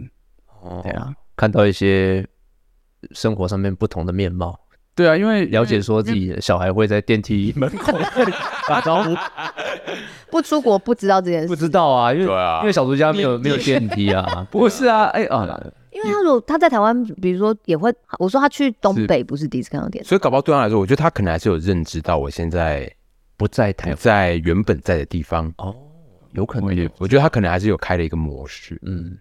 B: 哦
A: 对啊。
D: 看到一些生活上面不同的面貌，
A: 对啊，因为，
D: 了解说自己的小孩会在电梯门口那里打招呼，
E: 不出国不知道这件
D: 不
E: 事，
D: 知道啊，因为、
B: 对啊
D: 因为小竹家没有没有电梯啊
A: 不是啊，哎、啊，
E: 因为他如果他在台湾，比如说也会，我说他去东北不是第一次看到电视，
B: 所以搞不好对他来说，我觉得他可能还是有认知到我现在
D: 不在
B: 不
D: 台湾
B: 在原本在的地方。
D: 有可
A: 我
D: 能
A: 也，
B: 我觉得他哦可能还是有开了一个模式。
D: 嗯，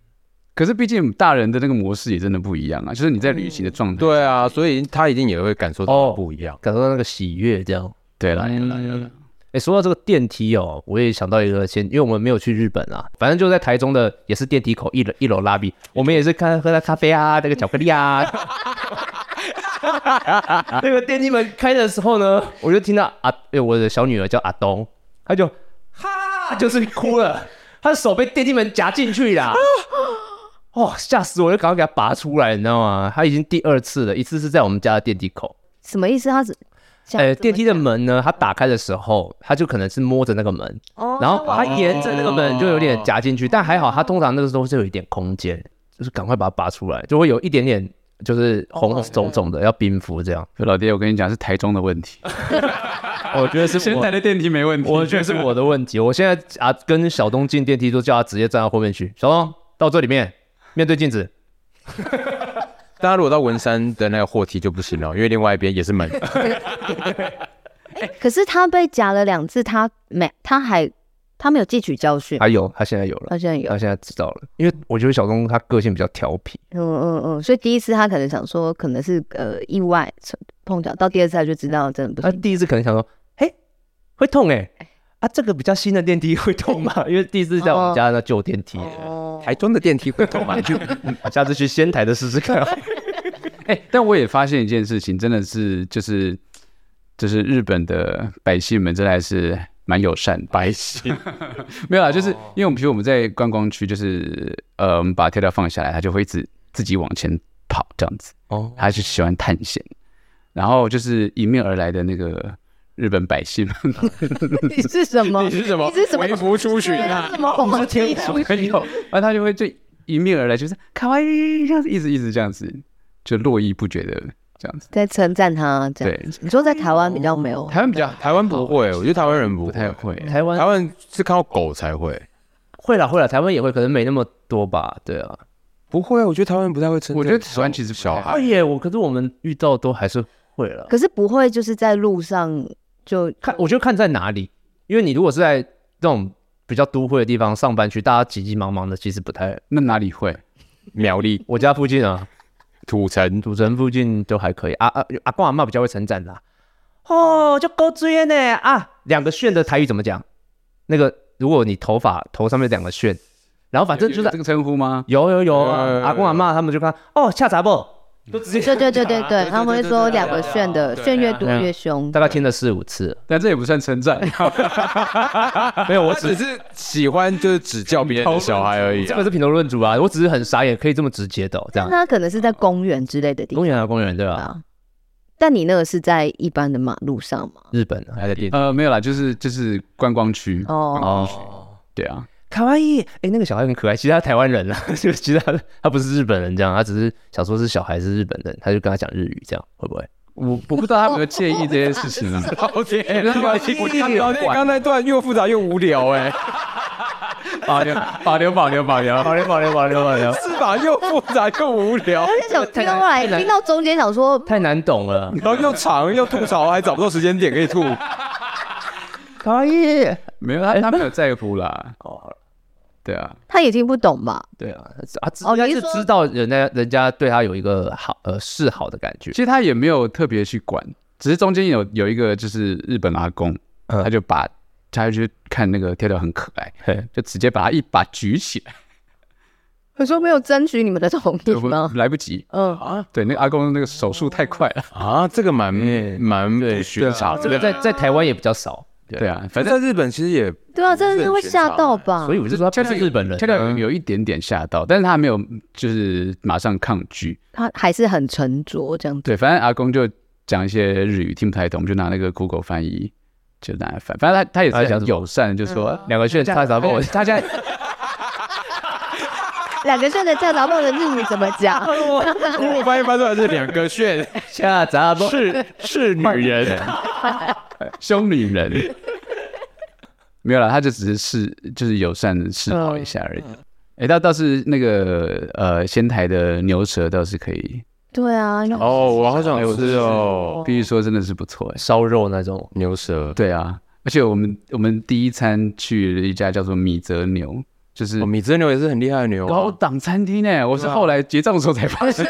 A: 可是毕竟大人的那个模式也真的不一样啊，就是你在旅行的状态。
B: 对啊，所以他一定也会感受到
D: 哦
B: 不一样。
D: 感受到那个喜悦这样。
A: 对啦，嗯
D: 哎、说到这个电梯哦，我也想到一个先，因为我们没有去日本啊，反正就在台中的也是电梯口一楼一楼拉比，我们也是看喝他咖啡啊，那个巧克力啊。 那个电梯门开的时候呢，我就听到啊，哎我的小女儿叫阿东，她就哈就是哭了，她的手被电梯门夹进去啦。哦，吓死我！我就赶快给她拔出来，你知道吗？她已经第二次了，一次是在我们家的电梯口，
E: 什么意思？他是讲
D: 呃，
E: 怎么
D: 电梯的
E: 讲
D: 门呢，它打开的时候，它就可能是摸着那个门，
E: 哦
D: 然后
E: 那我
D: 它沿着那个门就有点夹进去，但还好它通常那个时候是有一点空间，就是赶快把它拔出来，就会有一点点就是红红肿肿的，要冰敷这样。
A: 嗯老爹，我跟你讲是台中的问题，
D: 我觉得是
A: 现在
D: 我，
A: 的电梯没问题，
D: 我觉得是我的问题。我现在啊跟小东进电梯都叫他直接站到后面去，小东到这里面面对镜子，
B: 大家如果到文山的那个货梯就不行了，因为另外一边也是 门。
E: 可是他被夹了两次，他没，他还他没有汲取教训，
D: 还有他现在有了，哎
E: 他现呃在有，
D: 他现在知道了，因为我觉得小东他个性比较调皮，
E: 嗯嗯嗯，所以第一次他可能想说，可能是呃意外碰巧，到第二次他就知道真的不
D: 他
E: 行。
D: 第一次可能想说，嘿，会痛哎、啊，这个比较新的电梯会痛吗？ 因为第一次在我们家那旧电梯，
E: 哦，
B: 台中的电梯会痛吗？就
D: 下次去仙台的试试看。哦
A: 哎、但我也发现一件事情，真的是就是就是日本的百姓们真的还是蛮友善的。
B: 白皙。
A: 没有啦，就是因为我们比如我们在观光区，就是呃，我们把跳跳放下来，它就会一直自己往前跑这样子。
D: 哦，
A: 他就喜欢探险，然后就是迎面而来的那个日本百姓们，
E: 你是什么？你
B: 是什么
E: 你是什么？
B: 微服出巡啊
E: 你是什么皇帝？
A: 没有，然后他就会就迎面而来，就是卡哇伊这样子，一直一直这样子，就络绎不绝的这样子。
E: 在称赞他这样。
A: 对，
E: 你说在台湾比较没有，
A: 台湾比较
B: 台湾不会，我觉得台湾哦人不
A: 不太会，
D: 台湾
B: 台湾是看到狗才会。
D: 会啦会啦，台湾也会，可能没那么多吧。对啊，
B: 不会啊，我觉得台湾人不太会称赞。
A: 我觉得台湾其实不
B: 小
A: 太
B: 孩
D: 哎耶，我可是我们遇到都还是会了。
E: 可是不会就是在路上就
D: 看，我觉得看在哪里，因为你如果是在这种比较都会的地方上班去，大家急急忙忙的，其实不太。
A: 那哪里会？
B: 苗栗、
D: 我家附近啊，
B: 土城，
D: 土城附近都还可以啊啊，阿公阿妈比较会称赞啦。哦，就勾追呢啊，两个旋的台语怎么讲？那个如果你头发头上面两个旋，然
E: 啊
D: 后反正就
A: 有
D: 是
A: 这个称呼吗？
D: 有有
B: 有
D: 有
B: 有有
D: 啊，阿公阿妈他们就看哦下杂不，都直接
E: 对对对对对，他们会说两个炫的炫越多
D: 对啊
E: 越凶
D: 大。概听了四五次 了。
A: 但这也不算 称赞，
B: 没有，我只是喜欢就是只叫别人的小孩而已
D: 这
B: 啊、
D: 个是评头论足啊，我只是很傻眼，可以这么直接的哦、这
E: 但
D: 样。
E: 他可能是在公园之类的地
D: 公
E: 方
D: 园啊，公园对吧、
E: 吧。但你那个是在一般的马路上吗？
D: 日本啊，还在电
A: 呃，没有啦，就是就是观光区。
E: 哦，
D: 哦，
A: 对啊，
D: 卡哇伊，哎，那个小孩很可爱，其实他台湾人啊， 就其实他他不是日本人这样，他只是想说是小孩是日本人，他就跟他讲日语这样，会不会？
A: 我我不知道他有没有介意这件事 情啊。
B: 老铁，
D: 哎
A: 我刚
B: 老
A: 刚
B: 铁刚才段又复杂又无聊 哎、
D: 哎
A: 保留保留保留保留保留保留保留保留，
B: 是吧？又复杂又无聊，
E: 而且想听到后来
D: 难
E: 听到中间想说，
D: 太难懂了。
B: 然后又长又吐槽，还找不到时间点可以吐。
D: 卡哇伊，
A: 没有
E: 哎
A: 他他没有在乎啦。
D: 哦，
A: 对啊，
E: 他也听不懂吧？
D: 对啊，啊，知
E: 哦
D: 应该
E: 你是
D: 是
E: 说
D: 知道人家人家对他有一个好呃示好的 感觉
A: 其，实他也没有特别去管，只是中间有有一个就是日本阿公，
D: 嗯
A: 他就把他就去看那个跳跳很可爱，
D: 嘿
A: 就直接把他一把举起来，
E: 可说没有争取你们的同意
A: 我
E: 吗
A: 们？来不及。
E: 嗯，
A: 对，那个阿公那个手速太快了。
B: 啊，这个蛮蛮不寻
A: 啊
B: 常
D: 这个
B: 的。
D: 在在台湾也比较少，对
A: 对啊，
B: 反
A: 反正
B: 正在日本其实也
E: 对啊，真的是会吓到吧
D: 所？以我就说他不是日本人
A: 跳，跳嗯有一点点吓到，但是他没有就是马上抗拒。
E: 他还是很沉着这样子。
A: 对，反正阿公就讲一些日语听不太懂，我们就拿那个 Google 翻译就拿来翻，反正他他也
D: 他
A: 是
D: 讲
A: 很
D: 什么
A: 友善，就说
D: 两个炫差啥不？
A: 大家
E: 两个现在在老板的日语怎么 讲？
B: 嗯我翻译翻出来是两个炫，
D: 下杂不？
B: 是是女人，
A: 凶女人。没有啦，他就只是示，就是友善地示好一下而已。哎、倒倒是那个呃，仙台的牛舌倒是可以，
E: 对啊，那
B: 哦，我好想吃哦，
A: 必须说真的是不错哎、
D: 烧肉那种，
B: 牛舌，
A: 对啊，而且我们我们第一餐去了一家叫做米泽牛，就是
B: 哦，米汁牛也是很厉害的牛
A: 高
B: 啊，
A: 档餐厅哎、我是后来结账的时候才发现。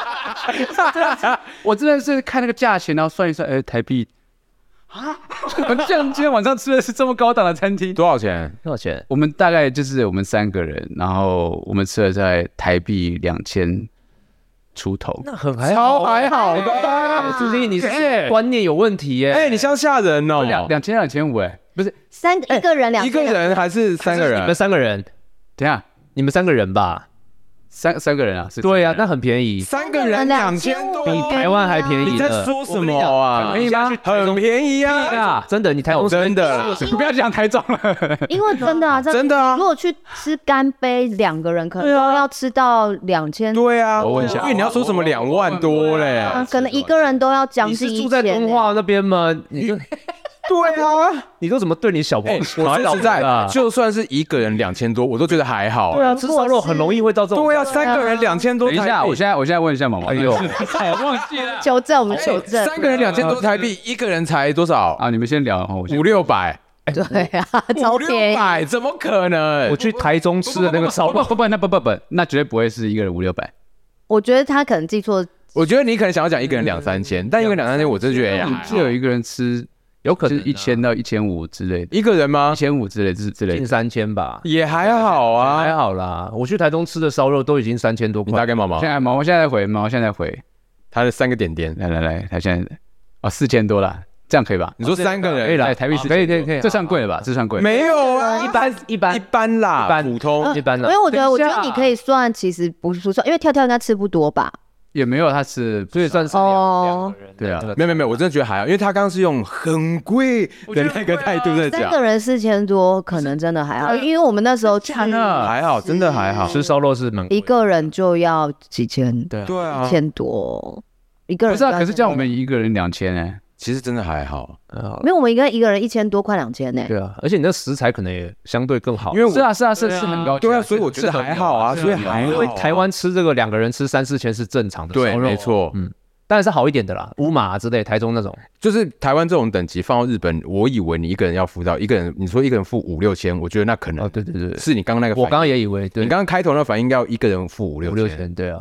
A: 我真的是看那个价钱，然后算一算，哎、台币啊，这样今天晚上吃的是这么高档的餐厅，
B: 多少钱？
D: 多少钱？
A: 我们大概就是我们三个人，然后我们吃了在台币两千出头，
D: 那很还好，哎
B: 还好的啊。
D: 朱莉，你是观念有问题耶！
B: 哎、你像吓人哦！
A: 两两千两千五哎，不是，
E: 三一
B: 哎
E: 个人两
B: 一个人还是三个
D: 你们
B: 人？
D: 三个人，
A: 等一下
D: 你们三个人吧，
A: 三三个人啊，是
D: 对啊，
A: 几个
D: 那
A: 人
D: 很便宜，
B: 三个人啊两千多，哎
D: 比台湾还便宜
B: 你在
D: 了。
B: 说什么啊？
A: 可以吗？
B: 很便宜
D: 对
B: 啊，
D: 啊，真的，你台湾
B: 真的啦，
A: 不要讲台中了，
C: 因为真的啊，这
B: 真的啊
C: 如。果去吃干杯，两个人可能都要吃到两千，
B: 对啊，
D: 我问一下
B: 因为你要说什么两万多嘞？
C: 啊，可能一个人都要将
D: 你
C: 近
D: 是
C: 一
D: 住在
C: 千
D: 东
C: 欸。
D: 化那边吗？你就
B: 对啊，
D: 你都怎么对你小朋
B: 哎，
D: 友？
B: 我说实在，
D: 啊
B: 就算是一个人两千多，我都觉得还好。
D: 对啊，吃烧肉很容易会到这种。
B: 对啊，三个人两千多
A: 等
B: 台
A: 一
B: 币，
A: 下，我现在我现在问一下毛毛，
D: 哎呦，
C: 求证，我们求证。
B: 哎三个人两千多台币，啊一个人才多少？
A: 啊，你们先聊，然后我先
B: 五六百，
C: 对啊，超
B: 五六
C: 便宜。
B: 百，怎么可能？
D: 我去台中吃的那个烧
A: 不
D: 肉，
A: 不不，那不不不，那绝对不会是一个人五六百，
C: 我觉得他可能记错，
B: 我觉得你可能想要讲一个人两三千，但一个人两三千，我真的觉得也还好
A: 就有一个人吃，有可能
D: 能啊
A: 一千到一千五之类的，
B: 一个人吗
A: 一？千五之类之之类
D: 近
A: 的。
D: 三千吧，
B: 也还好
D: 还
B: 啊。
D: 好啦。我去台中吃的烧肉都已经三千多
B: 你大
D: 块，
B: 概毛毛
A: 现，在毛毛现在回，毛毛现在回，
B: 他的三个点点，
A: 来来来，他现在啊四千多啦，这样可以吧？
B: 你说三个
A: 可以
B: 人
A: 啦，台币是
D: 可以可以可以
A: 这算贵了吧？这算贵。
B: 哎没有啊？
D: 一般一般
B: 一般啦，
D: 一般
B: 普通
D: 一般
C: 因
D: 啦
C: 为。我觉
D: 等
C: 得，
D: 一
C: 我觉得
D: 下
C: 你可以算，其实不是算，因为跳跳应该吃不多吧？
A: 也没有，他是
D: 所以算是
C: 哦，
A: 对啊，
B: 没有没有没有，我真的觉得还好，因为他刚刚是用很贵的那个态度在
C: 哦三
B: 讲，
C: 个人四千多，可能真的还
A: 哎
C: 好，因为我们那时候去
B: 啊还好，真的还好。
D: 吃烧肉是蛮
C: 一个人就要几千，对，
B: 对啊
C: 一，千多一个
A: 不
C: 人。
A: 是啊？可是这样我们一个人两千哎，
B: 其实真的还好，
C: 没有，我们应该一个人一千多，快两千呢。
D: 对啊，而且你的食材可能也相对更好，
B: 因为
A: 是
B: 我
A: 啊是啊是是很高级，
B: 对啊，所以我觉得
A: 是很
B: 还好啊，所以还
D: 因
B: 好
D: 为
B: 啊。
D: 台湾吃这个两个人吃三四千是正常的
B: 对，
D: 烧肉，
B: 没，错，
D: 当然是好一点的啦，五马之类，台中那种
B: 就是台湾这种等级放到日本，我以为你一个人要付到一个人，你说一个人付五六千，我觉得那可能
D: 哦，对对对，
B: 是你刚刚那个反应，
D: 我刚刚也以为对
B: 你刚刚开头那反应要一个人付五
D: 五
B: 六
D: 六
B: 千，
D: 千，对啊，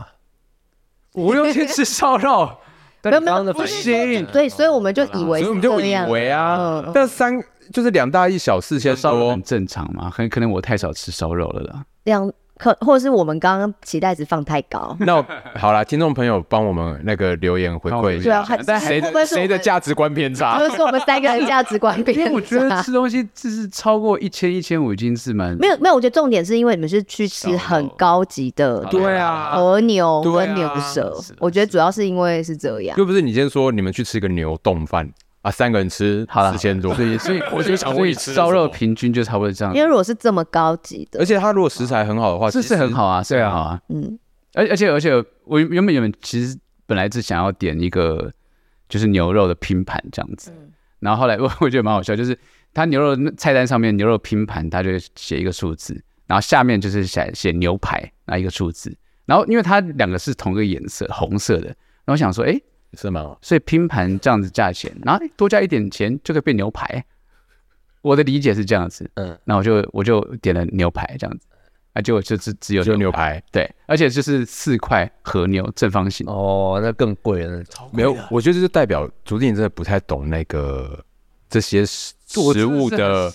A: 五六千吃烧肉，
D: 但
C: 没有
D: 你
C: 没
D: 刚
C: 有
D: 刚的
C: 不
D: 反
C: 是
D: 应
C: 说对，所以我们就以为
B: 所以
C: 是
B: 我们就
C: 这
B: 以
C: 样。
B: 为啊
C: 嗯，嗯
B: 但三就是两大一小 四千
A: 烧肉
B: 多
A: 很，正常嘛，很可能我太少吃烧肉了啦。
C: 两可或者是我们刚刚期待值放太高，
B: 那我好啦，听众朋友帮我们那个留言回
A: 帮我
B: 馈
A: 留言
B: 一
C: 对
B: 下，
C: 啊，还
A: 但
B: 谁
C: 会不会
B: 的
C: 是我
B: 谁
C: 们
B: 的价值观偏差？
C: 会不会是我们三个人价值观
A: 因为
C: 变
A: 我觉得
C: 差
A: 吃东西就是超过一千一千五已经是蛮
C: 没有没有，我觉得重点是因为你们是去吃很高级的
B: 对啊，
C: 和牛
B: 对
C: 跟
B: 啊
C: 牛舌，我觉得主要是因为是这样。
B: 又不是你先说你们去吃个牛冻饭啊，三个人吃
A: 好了
B: 四千多，
A: 所以所以我就 想
B: 问你吃了
A: 烧
B: 什
A: 肉
B: 么
A: 平均就差不多这样
C: 因，为如果是这么高级的
B: 而，且他如果食材很好的话，
A: 是
B: 其
A: 是
B: 实
A: 很好啊，是很好啊。
C: 嗯，
A: 而而且而且我原原本原本其实本来是想要点一个就是牛肉的拼盘这样子，然后后来我我觉得蛮好笑，就是他牛肉那菜单上面牛肉拼盘，他就写一个数字，然后下面就是写写牛排那一个数字，然后因为它两个是同一个颜色红色的，然后我想说哎。诶
B: 是蛮好。
A: 所以拼盘这样子价钱，然后多加一点钱就可以变牛排。我的理解是这样子，
B: 嗯
A: 嗯，那我就我就点了牛排这样子，啊，结果就只只有
B: 只有牛排，
A: 对，而且就是四块和牛正方形，
D: 哦，那更贵了，那种
B: 没有，我觉得这就代表竹子你真的不太懂那个这些食食物的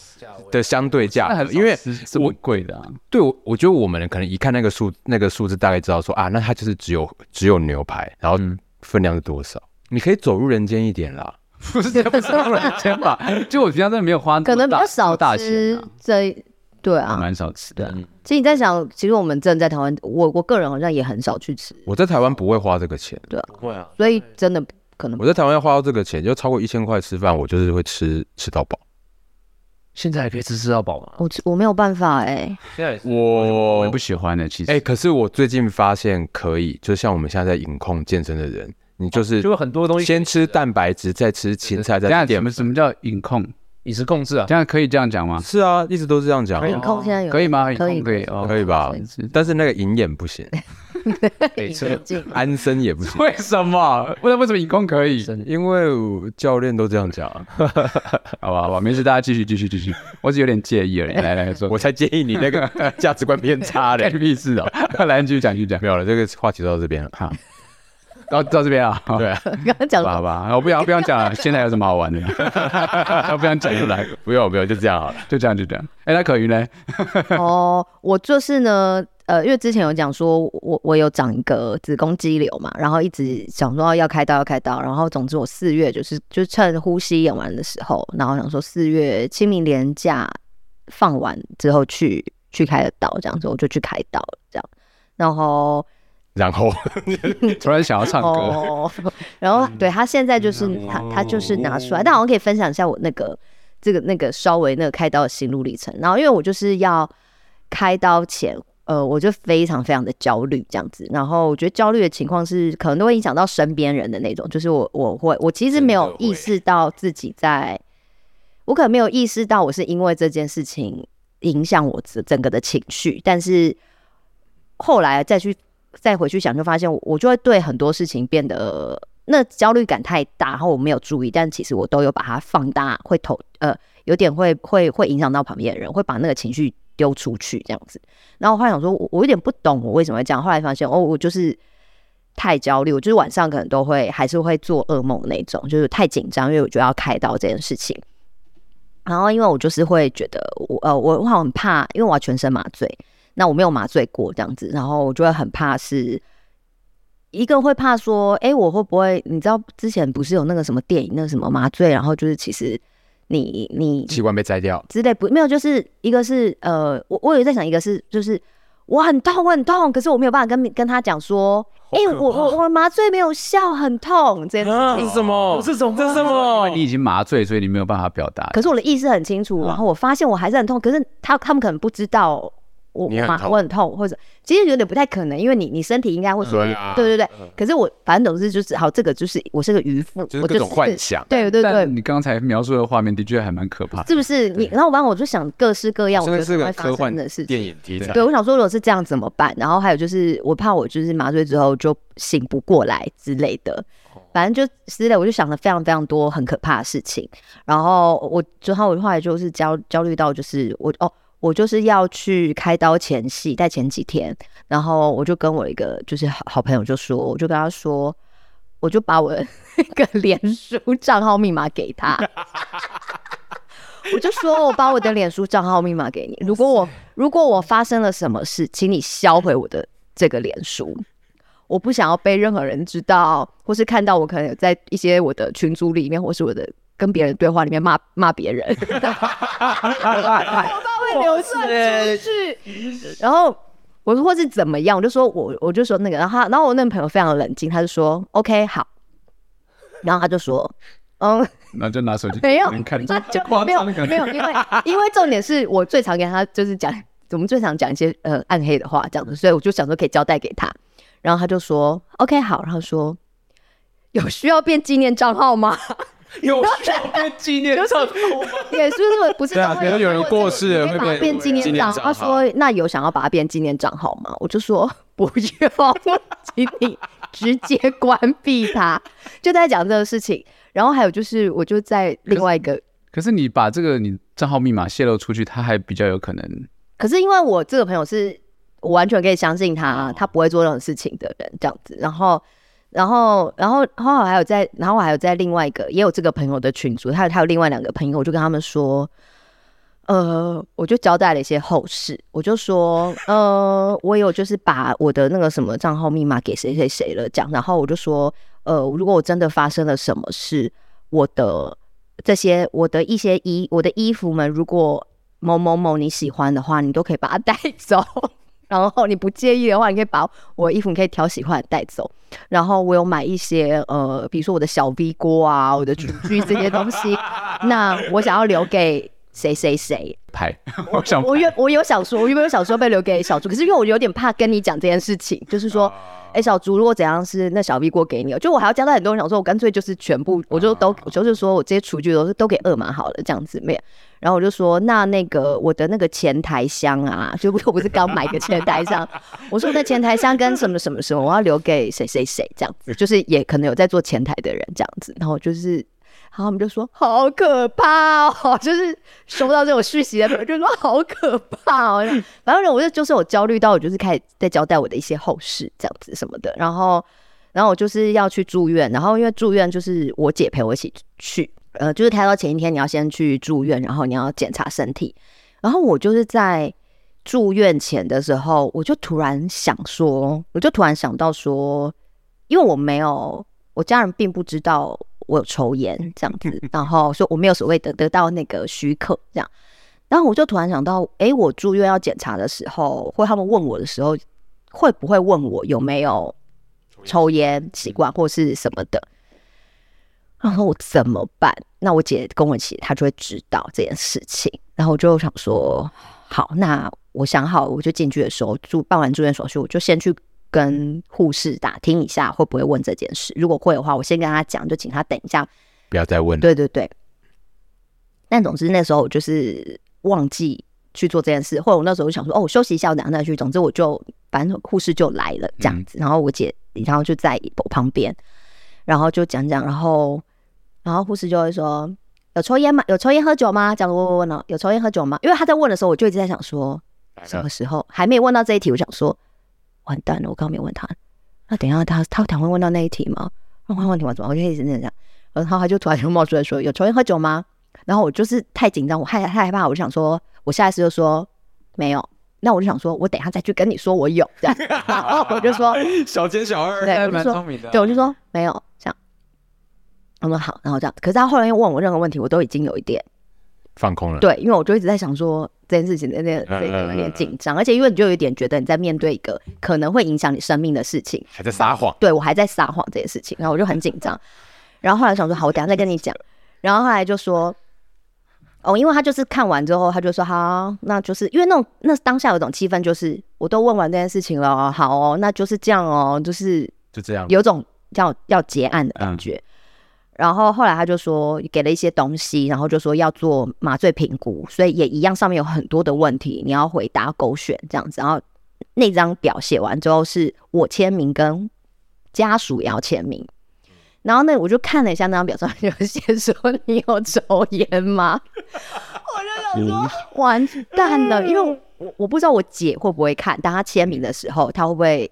B: 的相对
A: 那
B: 价
A: 很
B: 格，因为
A: 这么贵的、啊，
B: 对我我觉得我们可能一看那个数那个数字，大概知道说啊，那它就是只有只有牛排，然后
A: 嗯
B: 分量是多少。你可以走入人间一点啦，
A: 不是不是多少钱吧？就我平常真的没有花那么大，
C: 可能比较少
A: 大钱
C: 吃这，对
A: 啊，
C: 啊。
A: 蛮少吃的。
C: 其实你在想，其实我们真的在台湾，我我个人好像也很少去吃，
B: 我在台湾不会花这个钱，
C: 所以真的可能
B: 我在台湾要花到这个钱，就超过一千块吃饭，我就是会吃吃到饱。
D: 现在还可以吃吃到饱吗？
C: 我吃我没有办法哎、
D: 现在也是
A: 我
B: 我
A: 也不喜欢的，其实，
B: 哎、可是我最近发现可以，就像我们现在在影控健身的人，你就是
D: 就有很多东西
B: 先吃蛋白质，再吃青菜，
A: 等
B: 再
A: 一下什
B: 吃淀
A: 么
B: 粉。
A: 什么叫隐控？
D: 饮食控制啊，
A: 这样可以这样讲吗？
B: 是啊，一直都是这样讲啊，
C: 影控现在有
A: 可以吗？
C: 可以
A: 隐控可以哦，
B: 可以吧？
A: 是
B: 但是那个银眼不行，
D: 可以吃
C: 引进
B: 安森也不行，
A: 为什么？为什么为什么隐控可以？
B: 因为我教练都这样讲啊，
A: 好吧，好吧，没事，大家继续，继续，继续。我只有点介意而已。来来说，
B: 我才建议你那个价值观偏 差
A: 干
B: 嘞。
A: 你屁事哦。来，你继续讲，继续讲。
B: 没有了，这个话题到这边了。
A: 好，到到这边啊。好
B: 对啊，
C: 刚刚讲
A: 好吧，好吧，我不想不想 讲了。啊现在有什么好玩的？ 我不想讲出来，
B: 不用不用，就这样好了。
A: 就这样，就这样。哎，那可云呢？
C: 哦，我就是呢，呃，因为之前有讲说我我有长一个子宫肌瘤嘛，然后一直想说要开刀要开刀，然后总之我四月就是就趁呼吸演完的时候，然后想说四月清明连假放完之后去去开的刀，这样子我就去开刀了，这样。然后
B: 然后
A: 突然想要唱歌，嗯哦
C: 哦， 然后对他现在就是他他就是拿出来，但我可以分享一下我那个这个那个稍微那个开刀的心路历程。然后因为我就是要开刀前，呃，我就非常非常的焦虑这样子。然后我觉得焦虑的情况是可能都会影响到身边人的那种，就是我我会我其实没有意识到自己在，我可能没有意识到我是因为这件事情影响我整整个的情绪，但是后来再去再回去想，就发现我我就会对很多事情变得呃那焦虑感太大，然后我没有注意，但其实我都有把它放大，会投呃有点会会会影响到旁边的人，会把那个情绪丢出去这样子。然后我后来想说，我我有点不懂我为什么会这样，后来发现哦，我就是。太焦虑，我就是晚上可能都会还是会做噩梦的那种，就是太紧张，因为我觉得要开刀这件事情。然后因为我就是会觉得我呃我我好像很怕，因为我要全身麻醉，那我没有麻醉过这样子，然后我就会很怕是。一个会怕说，哎、我会不会？你知道之前不是有那个什么电影，那个什么麻醉，然后就是其实你你
B: 器官被摘掉，
C: 之类不没有，就是一个是呃，我我有在想，一个是就是我很痛，我很痛，可是我没有办法跟跟他讲说，哎、我我我麻醉没有效，很痛这件事
B: 啊
C: 情。
B: 这是什么？这种这是什么？
A: 你已经麻醉，所以你没有办法表达。
C: 可是我的意识很清
B: 嗯
C: 楚，然后我发现我还是很痛，可是他他们可能不知道我
B: 你很
C: 麻
B: 痛
C: 我很痛，或者其实有点不太可能，因为你你身体应该会说
B: 对啊
C: 对对对。可是我反正总之就是好，这个就是我是个渔夫，
B: 就是
C: 我
B: 各种幻想
C: 对对对
A: 但，你刚才描述的画面的确还蛮可怕的。
C: 是不是你？然后完我就想各式各样，我觉
B: 真
C: 得
B: 的是
C: 可能
B: 个
C: 会
B: 科
C: 发
B: 幻
C: 生的事情。
B: 电影题材
C: 对，。我想说，如果是这样怎么办？然后还有就是，我怕我就是麻醉之后就醒不过来之类的，反正就之类，我就想了非常非常多很可怕的事情。然后我之后我后来就是焦焦虑到，就是我哦，我就是要去开刀前戏，在前几天，然后我就跟我一个就是好好朋友就说，我就跟他说，我就把我的 那个脸书账号密码给他。我就说我把我的脸书账号密码给你，如果我如果我发生了什么事，请你销毁我的这个脸书，我不想要被任何人知道，或是看到我可能有在一些我的群组里面，或是我的跟别人对话里面骂骂别人，我
D: 哎
C: 怕会流传出去，然后。我说或是怎么样，我就说我我就说那个，然后他然后我那个朋友非常冷静，他就说 OK 好，然后他就说嗯
A: 然后就拿手机，
C: 没有
A: 你看
C: 那
A: 这夸
C: 没有
A: 张那个
C: 没有，因为因为重点是我最常给他就是讲，我们最常讲一些呃暗黑的话这样子，所以我就想说可以交代给他，然后他就说 OK 好，然后说有需要变纪念账号吗？
B: 有纪念照，
C: 也就是不是
B: 对啊
C: 都会
B: 比如有人过世了
C: 你可以
B: 会
C: 把它变
B: 变
C: 纪
B: 纪
C: 念
B: 念
C: 账
B: 账
C: 号。他
B: 号
C: 说那有想要把它变纪念账号吗？我就说不用，请你 直接关闭它。就在讲这个事情，然后还有就是我就在另外一个
A: 可是你把这个你账号密码泄露出去，他还比较有可能。
C: 可是因为我这个朋友是我完全可以相信他，他不会做任何事情的人，这样子。然后，然后，然后，然后我还有在，然后我还有在另外一个也有这个朋友的群组，还有还有另外两个朋友，我就跟他们说，呃，我就交代了一些后事，我就说， 呃，我有就是把我的那个什么账号密码给谁谁谁了，这样。然后我就说，呃，如果我真的发生了什么事，我的这些我的一些衣我的衣服们，如果某某某你喜欢的话，你都可以把它带走。 然后你不介意的话，你可以把我的衣服，你可以挑喜欢的带走。然后我有买一些呃，比如说我的小 V 锅啊，我的厨具这些东西，那我想要留给谁谁谁。
A: 拍，我想
C: 我有我有想说，我原本有想说被留给小猪，可是因为我有点怕跟你讲这件事情，就是说，
A: 啊
C: 哎、小猪如果怎样是那小 V 锅给你哦了，就我还要交代很多人，想说我干脆就是全部，我就
A: 啊
C: 都我就是说我这些厨具都是都给二马好了，这样子没有。然后我就说，那那个我的那个前台箱啊，就 我不是刚买个前台箱，我说我的前台箱跟什么什么什么，我要留给谁谁谁这样子，就是也可能有在做前台的人这样子，然后就是然后我们就说好可怕哦， 就是收到这种讯息的朋友就说好可怕哦。 反正我就就是有焦虑到，我就是开始在交代我的一些后事这样子什么的。然后，然后我就是要去住院，然后因为住院就是我姐陪我一起去，呃，就是开刀前一天你要先去住院，然后你要检查身体。然后我就是在住院前的时候，我就突然想说，我就突然想到说，因为我没有，我家人并不知道我有抽烟这样子，然后说我没有所谓的得到那个许可这样，然后我就突然想到，诶，我住院要检查的时候，或他们问我的时候，会不会问我有没有抽烟嗯习惯或是什么的。然后我怎么办？那我姐跟我一起，她就会知道这件事情。然后我就想说，好，那我想好，我就进去的时候住办完住院手续，我就先去跟护士打听一下会不会问这件事。如果会的话，我先跟她讲，就请她等一下
B: 不要再问了。
C: 对对对。但总之那时候我就是忘记去做这件事，或者我那时候就想说，哦，我休息一下，我等下再去。总之我就反正护士就来了这样子，然后我姐然后就在我旁边，然后就讲讲，然后然后护士就会说。有抽烟吗？有抽烟喝酒吗？讲我我问了，有抽烟喝酒吗？因为他在问的时候，我就一直在想说，什么时候还没问到这一题，我想说，完蛋了，我刚刚没问他。那等一下他他他会问到那一题吗？那我问题完怎么？我就一直在想，然后他就突然就冒出来说：“有抽烟喝酒吗？”然后我就是太紧张，我害太害怕，我就想说，我下意识就说没有。那我就想说，我等一下再去跟你说我有 这样，然后我就 说，
B: 小奸小二，
C: 对，我就说，
A: 明的
C: 对，我就说没有这样。我说好，然后这样。可是他后来又问我任何问题，我都已经有一点
B: 放空了。
C: 对，因为我就一直在想说这件事情，那那
B: 嗯
C: 这个有
B: 嗯嗯
C: 点
B: 嗯
C: 紧张，而且因为你就有一点觉得你在面对一个可能会影响你生命的事情，
B: 还在撒谎，
C: 对我还在撒谎这件事情，然后我就很紧张。然后后来想说，好，我等一下再跟你讲。然后后来就说，哦，因为他就是看完之后，他就说好，那就是因为那种那当下有种气氛，就是我都问完这件事情了哦，好哦，那就是这样哦，就是
B: 就这样。嗯
C: 有种要要结案的感觉。然后后来他就说给了一些东西，然后就说要做麻醉评估，所以也一样，上面有很多的问题，你要回答勾选这样子。然后那张表写完之后，是我签名跟家属也要签名。然后呢，我就看了一下那张表，上面有写说你有抽烟吗？ 我就想说完蛋了，因为我我不知道我姐会不会看，当她签名的时候，她会不会？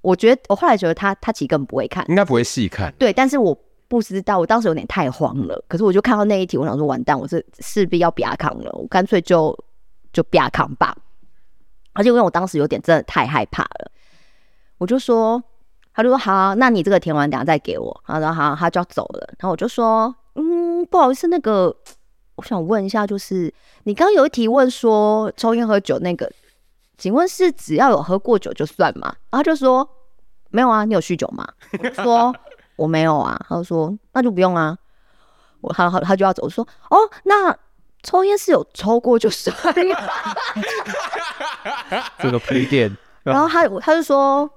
C: 我觉得我后来觉得她她其实根本不会看，
B: 应该不会细看，
C: 对，但是我不知道，我当时有点太慌了。可是我就看到那一题，我想说完蛋，我这势必要比亚康了，我干脆就就比亚康吧。而且因为我当时有点真的太害怕了，我就说，他就说好，那你这个填完等下再给我。然后好，他就要走了。然后我就说，嗯，不好意思，那个我想问一下，就是你刚刚有一题问说抽烟喝酒那个，请问是只要有喝过酒就算吗？然后他就说没有啊，你有酗酒吗？我就说我没有啊。他就说那就不用啊。我他他他就要走，我说哦，那抽烟是有抽过就算了。
D: 这个铺垫，
C: 然后他他就说，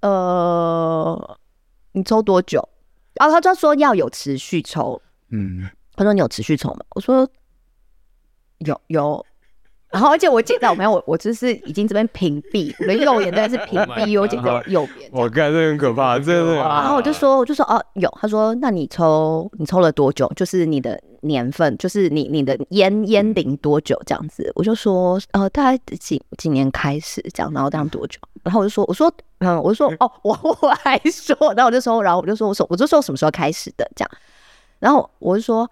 C: 呃，你抽多久？然后他就说要有持续抽。
A: 嗯，
C: 他说你有持续抽吗？我说有有。然后而且我紧张，我没有我我就是已经这边屏蔽，我的右眼真的是屏
D: Oh my
C: 蔽，我紧张右边。
B: 我看这很可 怕，真的。
C: 然后我就说，我就说哦，有。他说，那你抽你抽了多久？就是你的年份，就是你你的烟烟龄多久这样子？我就说，呃，大概几几年开始这样，然后这样多久？然后我就说，我说，嗯，我就说，哦，我我还说，然后我就说，然后我就说，我说，我就说什么时候开始的这样？然后我就说，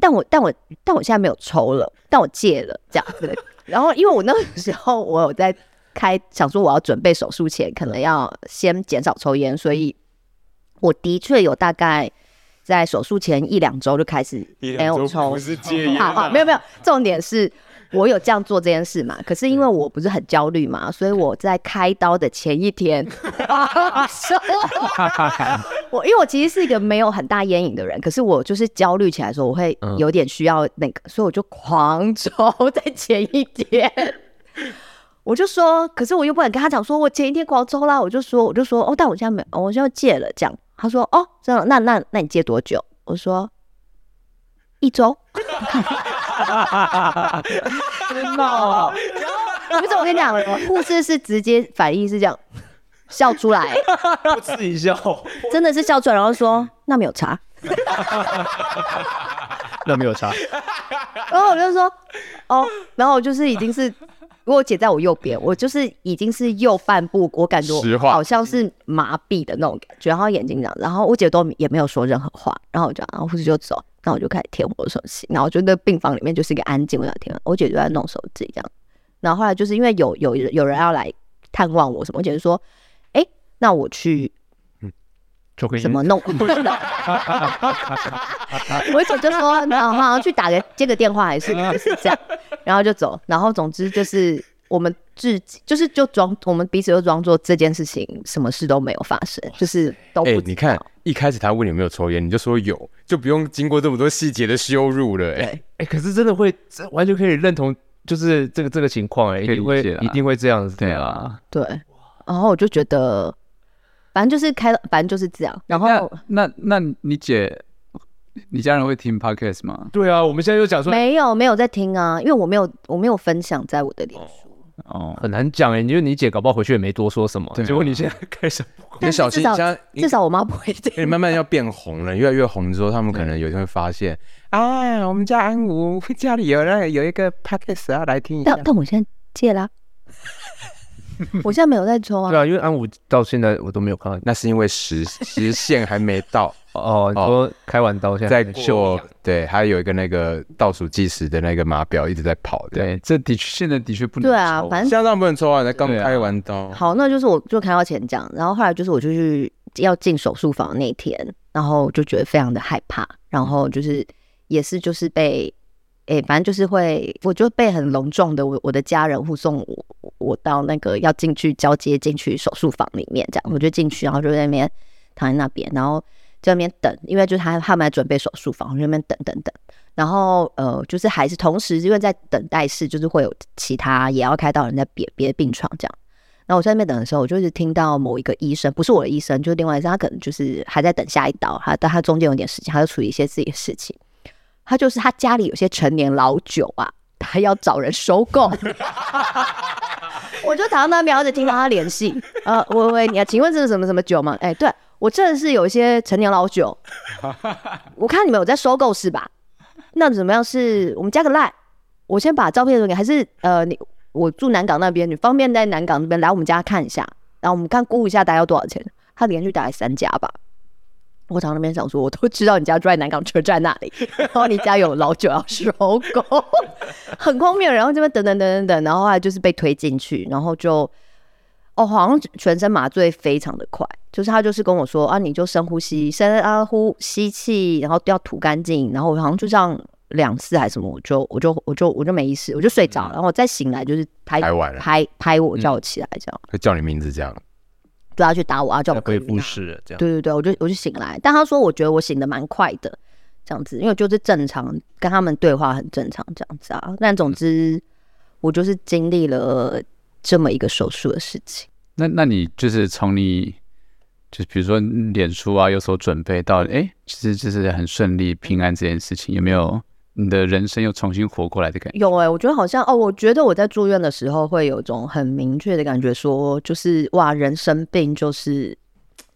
C: 但我但我但我现在没有抽了，但我戒了这样子。然后因为我那个时候我有在开，想说我要准备手术前，可能要先减少抽烟，所以我的确有大概在手术前一两周就开始没有抽。
B: 是戒
C: 好好，没有没有，重点是我有这样做这件事嘛？可是因为我不是很焦虑嘛，所以我在开刀的前一 天，我因为我其实是一个没有很大烟瘾的人，可是我就是焦虑起来的时候，我会有点需要那个，所以我就狂抽在前一天。我就说，可是我又不敢跟他讲，说我前一天狂抽啦。我就说，我就说，哦，但我现在没，哦我现在戒了。这样，他说，哦，这样，那那那你戒多久？我说一周。
D: 真 闹，啊
C: 不是我跟你讲，护士是直接反应是这样笑出来，
D: 噗嗤一笑，
C: 真的是笑出来，然后说那没有查，
D: 那没有差，
C: 然后我就说哦，然后我就是已经是，如果我姐在我右边，我就是已经是右半部，我感觉
B: 石
C: 我
B: 化
C: 好像是麻痹的那种感觉，然后眼睛这样，然后我姐都也没有说任何话，然后我就然后护士就走，然后我就开始填我的手机，然后我觉得病房里面就是一个安静，我想填，我姐就在弄手机这样，然后后来就是因为有有人有人要来探望我什么，我姐就说，哎，那我去
D: 就跟
C: 怎么 弄？ 我姐就说，然后 好像去打个接个电话还是是这样，然后就走。然后总之就是我们至今就是就装我们彼此就装作这件事情什么事都没有发生，就是都不、
B: 哎、你看一开始他问你有没有抽烟，你就说有，就不用经过这么多细节的羞辱了、哎，
D: 哎、可是真的会，这完全可以认同，就是这个这个情况、哎，一
A: 可以
D: 定会
A: 理解啦
D: 一定会这样子，
A: 对，啊啦。
C: 对。然后我就觉得，反正就是开了，反正就是这样。然后
A: 那那那你姐，你家人会听 podcast 吗？
D: 对啊，我们现在就讲说
C: 没有没有在听啊，因为我没有我没有分享在我的脸书。
A: 哦，
D: 很难讲哎、你就你姐搞不好回去也没多说什么，
A: 对啊
D: 结果你现在开始
B: 你
C: 但是
B: 小
C: 至
B: 心，
C: 少
B: 现在你
C: 至少我妈不会听。
B: 你慢慢要变红了，越来越红之后，他们可能有一天会发现，啊，我们家安吴家里有那个有一个 podcast 要来听一下
C: 但。但我现在戒 啦，我现在没有在抽啊
D: 对。啊，因为安武到现在我都没有看到你
B: 那是因为时时限还没 到，
D: 哦，你说开完刀现在
B: 在
D: 很秀
B: 过对，还有一个那个倒数计时的那个码表一直在跑。对，
A: 对，这的确现在的确不能
C: 对啊
A: 抽，
C: 反
B: 现
C: 正
B: 在让不能抽啊，你刚
A: 对啊
B: 开完刀，
C: 好，那就是我就开刀前讲，然后后来就是我就去要进手术房那天，然后就觉得非常的害怕，然后就是也是就是被，诶、反正就是会，我就被很隆重的我我的家人护送我我到那个要进去交接进去手术房里面，这样我就进去，然后就在那边躺在那边，然后在那边等，因为就是他他们在准备手术房，我就在那边等等等。然后呃，就是还是同时，因为在等待室，就是会有其他也要开刀的人在别别的病床这样。然后我在那边等的时候，我就是听到某一个医生，不是我的医生，就是另外一个，他可能就是还在等下一刀，他但他中间有点事情，他就处理一些自己的事情。他就是他家里有些陈年老酒啊，他要找人收购。 我就躺在那边，我只听到他联系，呃，喂喂，你要请问这是什么什么酒吗？哎、对我真的是有一些陈年老酒，我看你们有在收购是吧？那怎么样是？我们加个 line，我先把照片留给你，还是呃，你我住南港那边，你方便在南港那边来我们家看一下，然后我们看估一下大概要多少钱。他连续打了三家吧，我躺那边想说，我都知道你家住在南港车站那 里，然后你家有老酒要收购， 很荒谬。然后这边等等等等等，然后后来就是被推进去，然后就哦，好像全身麻醉非常的快，就是他就是跟我说啊，你就深呼吸，深啊呼吸气，然后要吐干净，然后我好像就这样两次还是什么，我就我就我就我就没意识，我就睡着了，然后我再醒来就是拍
B: 嗯拍完了嗯
C: 拍拍我叫我起来这样，
B: 会叫你名字这样。
C: 对他去打我啊，叫我
D: 恢
C: 克
D: 复
C: 服。
D: 式了这样。
C: 对对对，我就我就醒来，但他说我觉得我醒的蛮快的，这样子，因为就是正常跟他们对话很正常这样子啊。但总之，我就是经历了这么一个手术的事情。
A: 那那你就是从你，就是比如说脸书啊有所准备到，哎，其实就是很顺利平安这件事情，有没有你的人生又重新活过来的感觉？
C: 有哎、我觉得好像哦，我觉得我在住院的时候会有一种很明确的感觉说就是哇，人生病就是。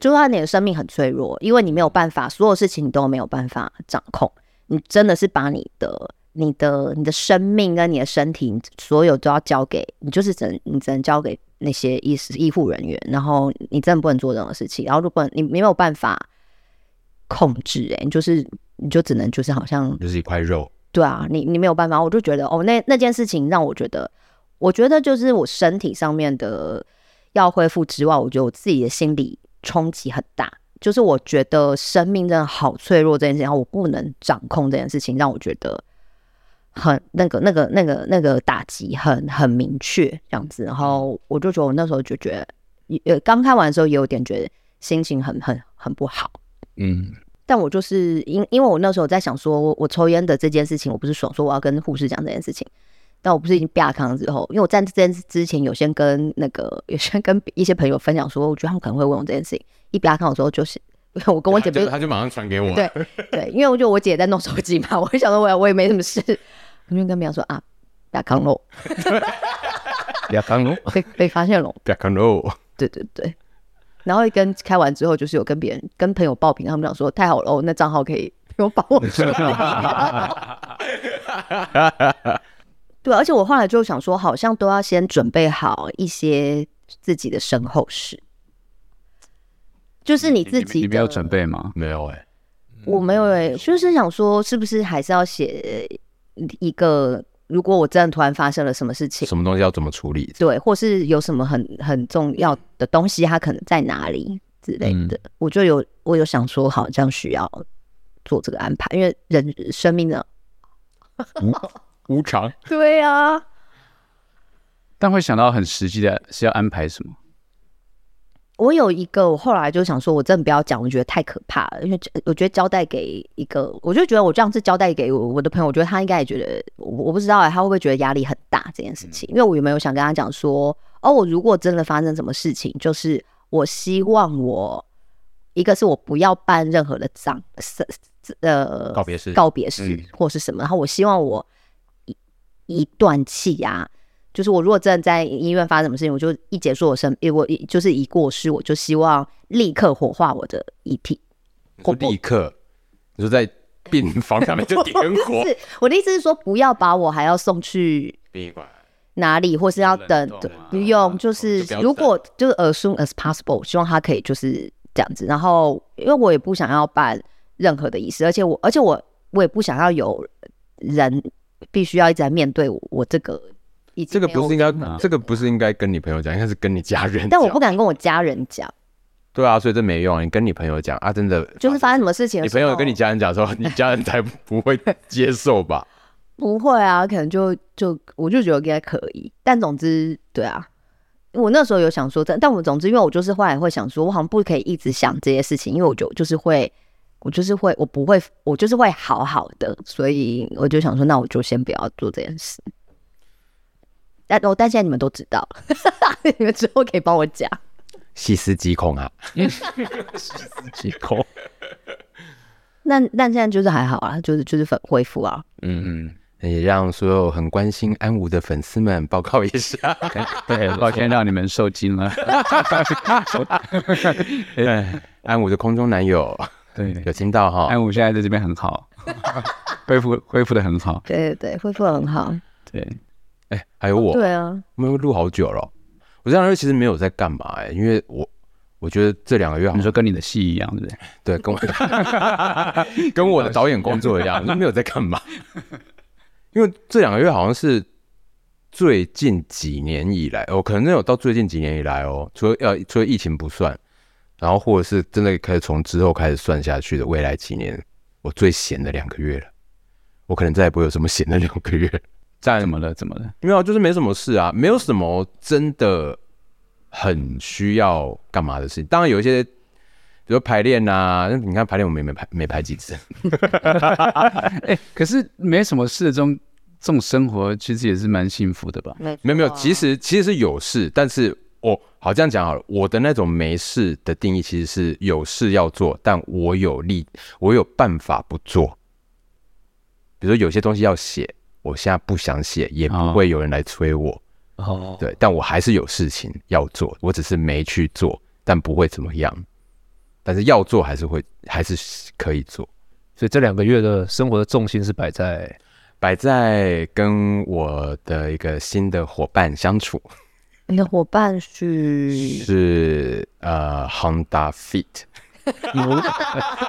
C: 就是他你的生命很脆弱，因为你没有办法，所有事情你都没有办法掌控。你真的是把你的、你的、你的生命跟你的身体，所有都要交给你，就是只能你只能交给那些医师、医护人员，然后你真的不能做任何事情，然后如果你没有办法控制、欸，你就是你就只能就是好像
B: 就是一块肉，
C: 对啊，你你没有办法，我就觉得哦，那那件事情让我觉得，我觉得就是我身体上面的要恢复之外，我觉得我自己的心理冲击很大，就是我觉得生命真的好脆弱这件事情，然后我不能掌控这件事情，让我觉得很那个那个那个那个打击很很明确这样子，然后我就觉得我那时候就觉得，呃，刚看完的时候也有点觉得心情很很很不好。
A: 嗯，
C: 但我就是因因为我那时候在想说，我抽烟的这件事情，我不是想说我要跟护士讲这件事情，但我不是已经变康了之后，因为我在这件事之前有先跟那个有先跟一些朋友分享说，我觉得他们可能会问我这件事情。一变康的时候，就是 我跟我姐
B: 他就
C: 妹
B: 他就马上传给我。
C: 对对，因为我就我姐在弄手机嘛，我就想说我也我也没什么事，我就跟别人说啊，变康喽，
D: 亚康龙，
C: 被被发现喽，
B: 不要看肉，
C: 对对对。然后跟开完之后，就是有跟别人跟朋友报平，他们讲说太好了，哦那账号可以不用帮我处理。对，而且我后来就想说，好像都要先准备好一些自己的身后事，就是嗯你嗯自己
A: 你没有
C: 的
A: 准备吗？
B: 没有哎，
C: 我没有诶、就是想说，是不是还是要写一个，如果我真的突然发生了什么事情，
B: 什么东西要怎么处理？
C: 对，或是有什么很很重要的东西，它可能在哪里之类的，我就有我有想说，好像需要做这个安排，因为人生命的
B: 无常，
C: 对啊，
A: 但会想到很实际的是要安排什 么？
C: 我有一个，我后来就想说，我真的不要讲，我觉得太可怕了，因为我觉得交代给一个，我就觉得我这样子交代给我我的朋友，我觉得他应该也觉得，我我不知道哎、他会不会觉得压力很大这
B: 嗯
C: 件事情？因为我有没有想跟他讲说，哦，我如果真的发生什么事情，就是我希望我一个是我不要办任何的葬是呃
B: 告别式
C: 告别式
B: 嗯
C: 或是什么，然后我希望我一一断气啊，就是我如果真的在医院发生什么事情，我就一结束我生，我一就是一过世，我就希望立刻火化我的遗体。
B: 你说立刻，你说在病房上面就点根火
C: 不， 是我的意思是说，不要把我还要送去
B: 殡仪馆
C: 哪里，或是要等
A: 冷冻啊
C: 不用，就是
B: 就不要等
C: 如果就是 as soon as possible，我希望他可以就是这样子。然后，因为我也不想要办任何的仪式，而且我而且我我也不想要有人必须要一直在面对我我这个已经
B: 这个
C: 没有
B: 不是应该，这个不是应该跟你朋友讲，应该是跟你家人讲。
C: 但我不敢跟我家人讲，
B: 对啊，所以这没用啊。你跟你朋友讲啊，真的
C: 就是发生什么事情的
B: 你
C: 时候，
B: 朋友跟你家人讲 的时候，你家人才不会接受吧？
C: 不会啊，可能就就我就觉得应该可以，但总之对啊，我那时候有想说，但但我总之，因为我就是后来会想说，我好像不可以一直想这些事情，因为我就就是会，我就是会，我不会，我就是会好好的，所以我就想说，那我就先不要做这件事。但我、但现在你们都知道 了，你们之后可以帮我讲。
B: 细思极恐啊！
D: 几口，
C: 那但现在就是还好啊，就是就是恢恢复啊，
D: 嗯，
B: 那也让所有很关心安吾的粉丝们报告一下。
A: 对，抱歉让你们受惊 了。
B: 哎安吾的空中男友
A: 对，
B: 有听到哈？
A: 安武现在在这边很 好，恢复恢复的很好。
C: 对对对，恢复得很好。
A: 对，
B: 哎，还有我，
C: 对啊，
B: 我们录好久了。我这两个月其实没有在干嘛哎、因为我我觉得这两个月好
A: 你
B: 像
A: 说跟你的戏一样，对不对？
B: 对跟我跟我的导演工作一样，就没有在干嘛。因为这两个月好像是最近几年以来，哦，可能真有到最近几年以来哦，除了呃除了疫情不算，然后或者是真的开始从之后开始算下去的未来几年，我最闲的两个月了。我可能再也不会有这么闲的两个月。但
A: 怎么了？怎么了？
B: 没有，就是没什么事啊，没有什么真的很需要干嘛的事情。当然有一些，比如说排练啊，那你看排练我们也没排没排几次，
A: 可是没什么事的中，这种生活其实也是蛮幸福的 吧？
B: 没啊有没有，
C: 哦
B: 其实其实是有事，但是我好这样讲好了，我的那种没事的定义其实是有事要做，但我有力，我有办法不做。比如说有些东西要写，我现在不想写，也不
A: 哦
B: 会有人来催我。
D: 哦，
B: 对，但我还是有事情要做，我只是没去做，但不会怎么样。但是要做还是会，还是可以做，
D: 所以这两个月的生活的重心是摆 在
B: 摆在跟我的一个新的伙伴相处，
C: 你的伙伴是
B: 是呃 Honda Fit
D: 油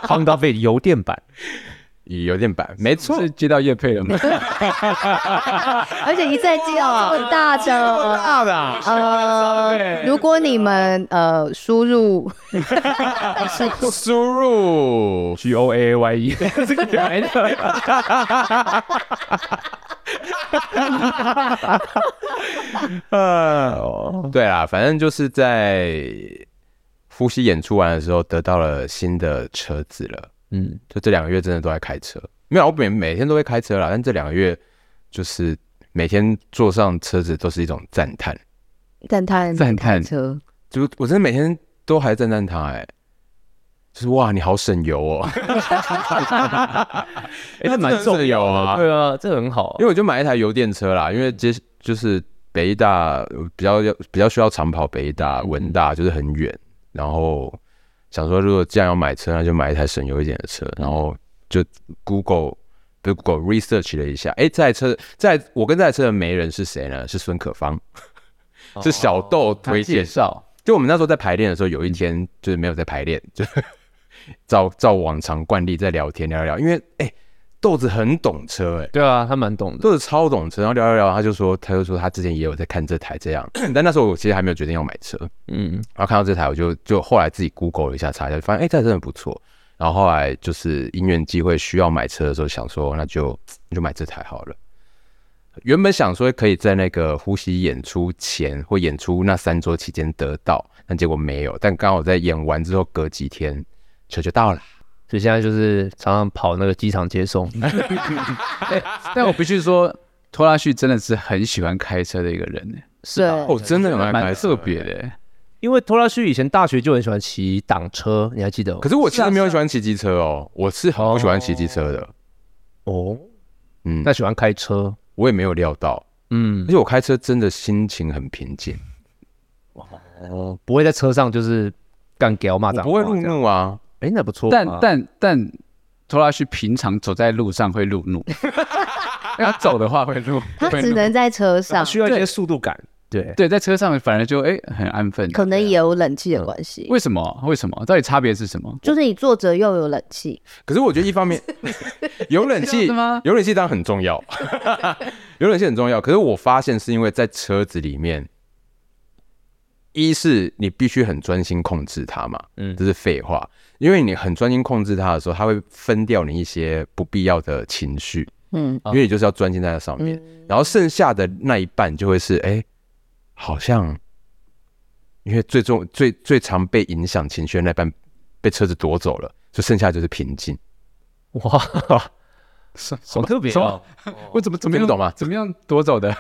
D: Honda Fit 油电版，
B: 有点版，没错，
A: 是接到叶配了吗？
C: 而且一再接到这么大的，
B: 大的，
C: 呃，如果你们呃输入，
B: 输入
D: G O A Y E，这个来的，
B: 对啦，反正就是在呼吸演出完的时候得到了新的车子了。
D: 嗯，
B: 就这两个月真的都在开车，没有，我每每天都会开车啦，但这两个月就是每天坐上车子都是一种赞叹，
C: 赞叹
A: 赞叹
C: 车，
B: 就我真的每天都还赞叹他、哎，就是哇，你好省油哦，
D: 哎，这蛮重
B: 省油啊，
D: 对啊，这个很好啊
B: 因为我就买一台油电车啦，因为接就是北医大呃比较要比较需要长跑北医大、文
A: 嗯
B: 大就是很远，然后想说如果既然要买车，那就买一台省油一点的车，然后就 Google 不是 Google research 了一下，哎、这台车在我跟这台车的媒人是谁呢？是孙可芳，
D: 啊
B: 是小
D: 哦
B: 豆
A: 哦他
B: 推
A: 介
B: 荐，
A: 绍，嗯
B: 就我们那时候在排练的时候，有一天就是没有在排练，就 照照往常惯例在聊天聊一聊，因为哎、豆子很懂车哎、
D: 对啊，他蛮懂的，
B: 都是超懂车，然后聊聊聊，他就说，他就说他之前也有在看这台 这样，但那时候我其实还没有决定要买车，
D: 嗯，
B: 然后看到这台我就就后来自己 Google 了一下查一下，发现哎、这台真的不错，然后后来就是因缘机会需要买车的时候，想说那就那就买这台好了，原本想说可以在那个呼吸演出前或演出那三周期间得到，但结果没有。但刚好在演完之后隔几天，车就到了。
D: 所以现在就是常常跑那个机场接送，
A: 但我必须说，拖拉旭真的是很喜欢开车的一个人，欸
E: 对，
B: 哦，真的很爱
A: 蛮
B: 开车
A: 特
B: 欸
A: 别。的。欸
D: 因为拖拉旭以前大学就很喜欢骑挡车，你还记得吗？
B: 可是我其实
E: 啊
B: 没有很喜欢骑机车哦，我是很不喜欢骑机车的。
D: 哦，
B: 嗯，
D: 那喜欢开车，
B: 我也没有料到，
D: 嗯
B: 而，且我开车真的心情很平静，
D: 哦，不会在车上就是干屌骂
B: 我
D: 脏话，
B: 不会路
D: 这样。
B: 怒啊。
D: 哎，那不错啊，
A: 但但但拖拉旭平常走在路上会路 怒，他走的话会路，
C: 他
A: 会
C: 只
A: 怒
C: 能在车
A: 哦
C: 上，
F: 需要一些速度感。
D: 对，
A: 对在车上反而就哎、很安分。
C: 可能也有冷气的关系，
A: 嗯为什么？为什么？到底差别是什么？
C: 就是你坐着又有冷气，
B: 可是我觉得一方面有冷气
A: 这样子吗，
B: 有冷气当然很重要， 有冷气很重要。可是我发现是因为在车子里面，一是你必须很专心控制它嘛，嗯，这是废话，因为你很专心控制它的时候，它会分掉你一些不必要的情绪，
C: 嗯，
B: 因为你就是要专心在那上面，然后剩下的那一半就会是，哎、好像因为最重最最常被影响情绪的那半被车子夺走了，就剩下就是平静。
D: 哇，
A: 什什
D: 好
A: 么
D: 特别
A: 什
D: 哦
A: 么，我怎么怎么
B: 听
A: 样
B: 不懂吗
A: 怎么样夺走 的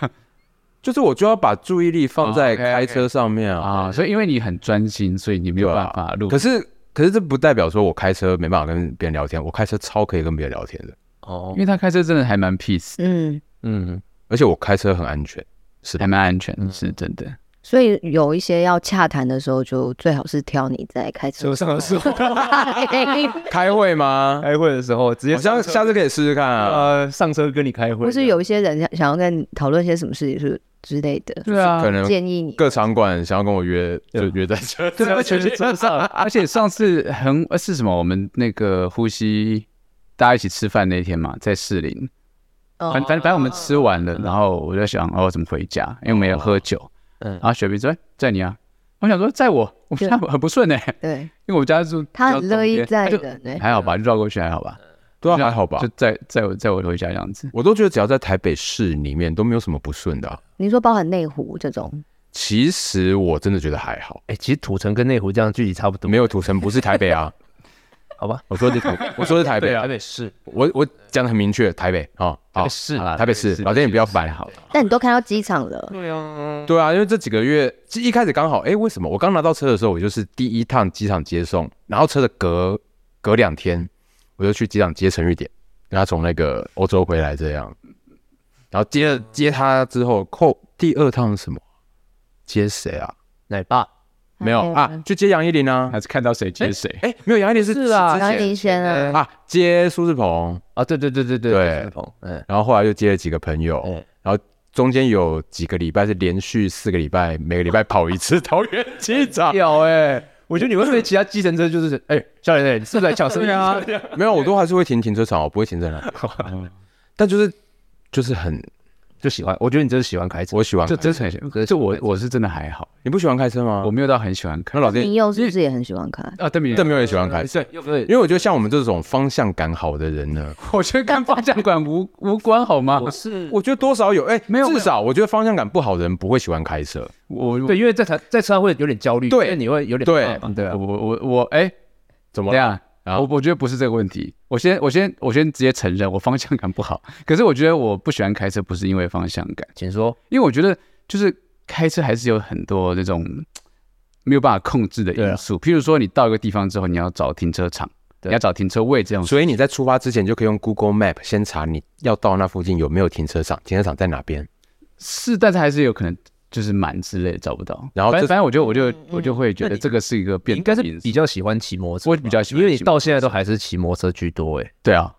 B: 就是我就要把注意力放在
A: 哦，OK，OK
B: 开车上面啊，
A: 啊？所以因为你很专心，所以你没有办法录。
B: 可是可是这不代表说我开车没办法跟别人聊天，我开车超可以跟别人聊天的，
D: 哦
A: 因，为他开车真的还蛮 peace，
C: 嗯，
D: 嗯，
B: 而且我开车很安全。
A: 还蛮安
B: 嗯
A: 全，是真的。
C: 所以有一些要洽谈的时候，就最好是挑你在开车
F: 车上的时候
B: 开会吗？
F: 开会的时候，直接
B: 好像
F: 上车
B: 下次可以试试看啊，
F: 呃上车跟你开会，
C: 或是有一些人想想要跟你讨论些什么事情是之类的，
A: 对啊
B: 可能
C: 建议你
B: 各场馆想要跟我约就约在车
A: 对，而且车上，而且上次很呃是什么？我们那个呼吸，大家一起吃饭那天嘛，在士林，
C: 哦
A: 反反正反正我们吃完
B: 嗯
A: 了，然后我就想，哦，怎么回家？因为我们也
B: 哦
A: 喝酒，嗯，
D: 嗯
A: 然后雪碧说哎载你啊，我想说载我，我们家很不顺哎，
C: 对
A: 因为我们家住
C: 他很乐意
A: 在，
C: 载人哎
A: 他就还好吧，绕过去还好吧，
B: 对啊，还好吧
A: 就？载载我载我回家这样子。
B: 我都觉得只要在台北市里面都没有什么不顺的啊、
C: 你说包含内湖这种，
B: 其实我真的觉得还好，
D: 哎，其实土城跟内湖这样距离差不多，
B: 没有土城不是台北啊。
D: 好吧？ 啊
B: 我说的土，我说的台北，
D: 北市，
B: 我我讲的很明确，台北啊，好
D: 北市
A: 好啦
B: 台北市，老天也不要烦，好。
C: 但你都开到机场了，
D: 对啊，
B: 对啊，因为这几个月，其实一开始刚好，哎、为什么我刚拿到车的时候，我就是第一趟机场接送，然后车的隔隔两天，我就去机场接陈玉典，跟他从那个欧洲回来这样，然后接了接他之后，扣第二趟是什么？接谁啊？
D: 奶爸，
B: 没
A: 哎
B: 有
A: 嗯
B: 啊，去接杨依林啊
A: 还。是看到谁接谁，
B: 哎、没有杨依林是
D: 是啊
B: 之
C: 然后
B: 前
C: 林轩啊，
B: 啊，接苏志鹏，
D: 啊，对对对对对
B: 对
D: 陈鹏，嗯，
B: 然后后来又接了几个朋友，
D: 嗯
B: 然后中间有几个礼拜是连续四个礼拜，每个礼拜跑一次桃园 机场。
D: 屌哎，我觉得你会被其他计程车就是，哎，教练，你是不是来抢生意啊？
B: 没有，我都还是会停停车场，我不会停在那里。
A: 嗯
B: 但就是就是很，
D: 就喜欢，我觉得你就是喜欢开车，
B: 我喜欢
A: 这
B: 开。
A: 真的
B: 哎
A: 很，这我我是真的还好，
B: 你不喜欢开车吗
A: 我？没有到很喜欢
B: 那
A: 看。
B: 老爹
C: 林，佑是不是也很喜欢开？
A: 啊，邓明，
B: 嗯邓没有也喜欢开车，
D: 又不是
B: 因为我觉得像我们这种方向感好的人呢，
A: 我觉得跟方向感无无关好吗？
D: 是
B: 我觉得多少有哎，
A: 没有
B: 至少我觉得方向感不好的人不会喜欢开车。
A: 我
D: 对，因为在车在车上会有点焦虑，
B: 对
D: 因为你会有点
B: 对
D: 怕嘛对啊
A: 我，我我哎，
B: 怎么
A: 这
B: 了？
A: 样
B: 啊
A: 我我觉得不是这个问题。我先我先我先直接承认我方向感不好，可是我觉得我不喜欢开车不是因为方向感，
D: 请说，
A: 因为我觉得就是开车还是有很多那种没有办法控制的
B: 啊
A: 因素，譬如说你到一个地方之后，你要找停车场，你要找停车位这种事。
B: 所以你在出发之前就可以用 Google Map 先查你要到那附近有没有停车场，停车场在哪边。
A: 是，但是还是有可能就是满之类的找不到。
B: 然后
A: 反正
B: 这
A: 反正我就我
D: 嗯
A: 就我就会觉得这个是一个
D: 你
A: 变
D: 应该是
A: 因素
D: 比较喜欢骑摩托车吧，
A: 我比较喜欢
D: 因为你
A: 骑摩
D: 到现在都还是骑摩托车居多，哎，
A: 对啊，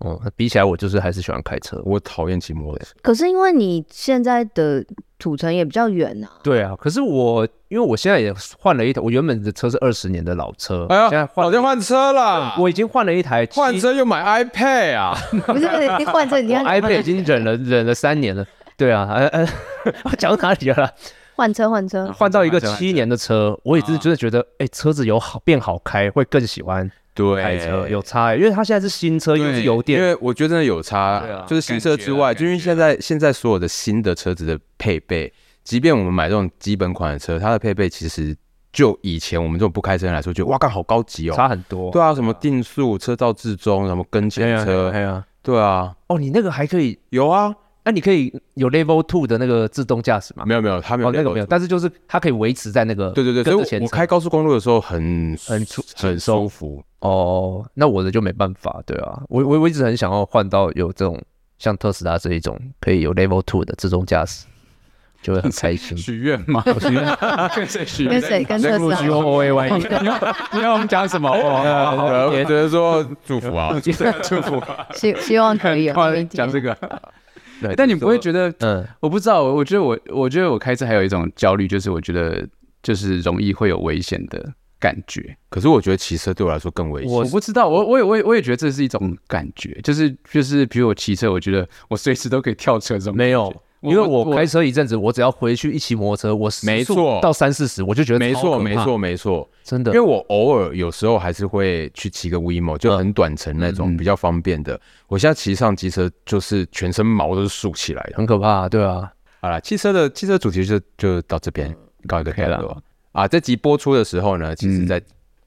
D: 嗯，比起来我就是还是喜欢开车，
B: 我讨厌骑摩托车，
C: 可是因为你现在的土城也比较远啊，
D: 对啊，可是我因为我现在也换了一台，我原本的车是二十年的老车，
B: 哎呀，
D: 现在换
B: 老
D: 了
B: 爹换车了，
D: 我已经换了一台
B: 啊换
D: 七
B: 车又买 iPad 啊。
C: 不是 你换成你
D: 我
C: 要
D: iPad 已经忍 了忍了三年了，对啊，呃 呃，我讲到哪 里了？
C: 换车换 车，
B: 啊
D: 换到一个七年的车，我也是真的觉得，哎、车子有好变好开，会更喜欢。
B: 对，
D: 开车有差、欸，因为它现在是新车，又是油
B: 因
D: 电，
B: 为我觉得真的有差，
D: 对啊
B: 就是新车之外，
A: 感觉啊
B: 就因为现在现在所有的新的车子的配备，即便我们买这种基本款的车，它的配备其实就以前我们这种不开车人来说，觉得哇，干好高级哦。
D: 差很多。
B: 对啊，什么定速、车道至中、什么跟
D: 对
B: 前
D: 啊，
B: 车
D: 对，啊。
B: 对啊，
D: 哦，你那个还可以，
B: 有啊，
D: 那、你可以有 Level Two 的那个自动驾驶吗？
B: 没有没有，他没有
D: 哦，那个没有，但是就是它可以维持在那个
B: 对对对，
D: 跟着
B: 所以
D: 前
B: 我我
D: 车
B: 开高速公路的时候很
D: 很舒
B: 很
D: 轻松
B: 舒服，
D: 哦，那我的就没办法，对啊，我我我一直很想要换到有这种像特斯拉这一种可以有 Level Two 的自动驾驶，就会很 开心。
A: 许愿吗？许愿，跟谁许愿？
C: 跟谁跟特斯拉
D: O A Y
A: 你要你要我们讲什么？哦，好好
B: 呃只能说祝福 啊。
A: 祝福。
C: 希希望可以有啊
A: 突
C: 明
A: 然
C: 天
A: 讲这个，但你不会觉得？
D: 嗯，
A: 我不知道，我觉得我，我觉得我开车还有一种焦虑，就是我觉得就是容易会有危险的感觉。
B: 可是我觉得骑车对我来说更危险。
A: 我不知道，我我也我也我也觉得这是一种感觉，就是就是，比如我骑车，我觉得我随时都可以跳车，这种
D: 没有
A: 感觉，
D: 因为我开车一阵子，我只要回去一骑摩托车，我时速
B: 没错
D: 到三四十，我就觉得
B: 没
D: 超
B: 错
D: 可
B: 没
D: 怕，
B: 错没错，
D: 真的
B: 因为，我偶尔有时候还是会去骑个 WeMo，就很短程那
D: 嗯
B: 种、比较方便的。我现在骑上机车，就是全身毛都是竖起来的。
D: 很可怕，对啊，
B: 好了，汽车的汽车主题就就到这
D: 嗯
B: 边告一个段
A: OK 啦
B: 落啊。这集播出的时候呢，
D: 嗯
B: 其实在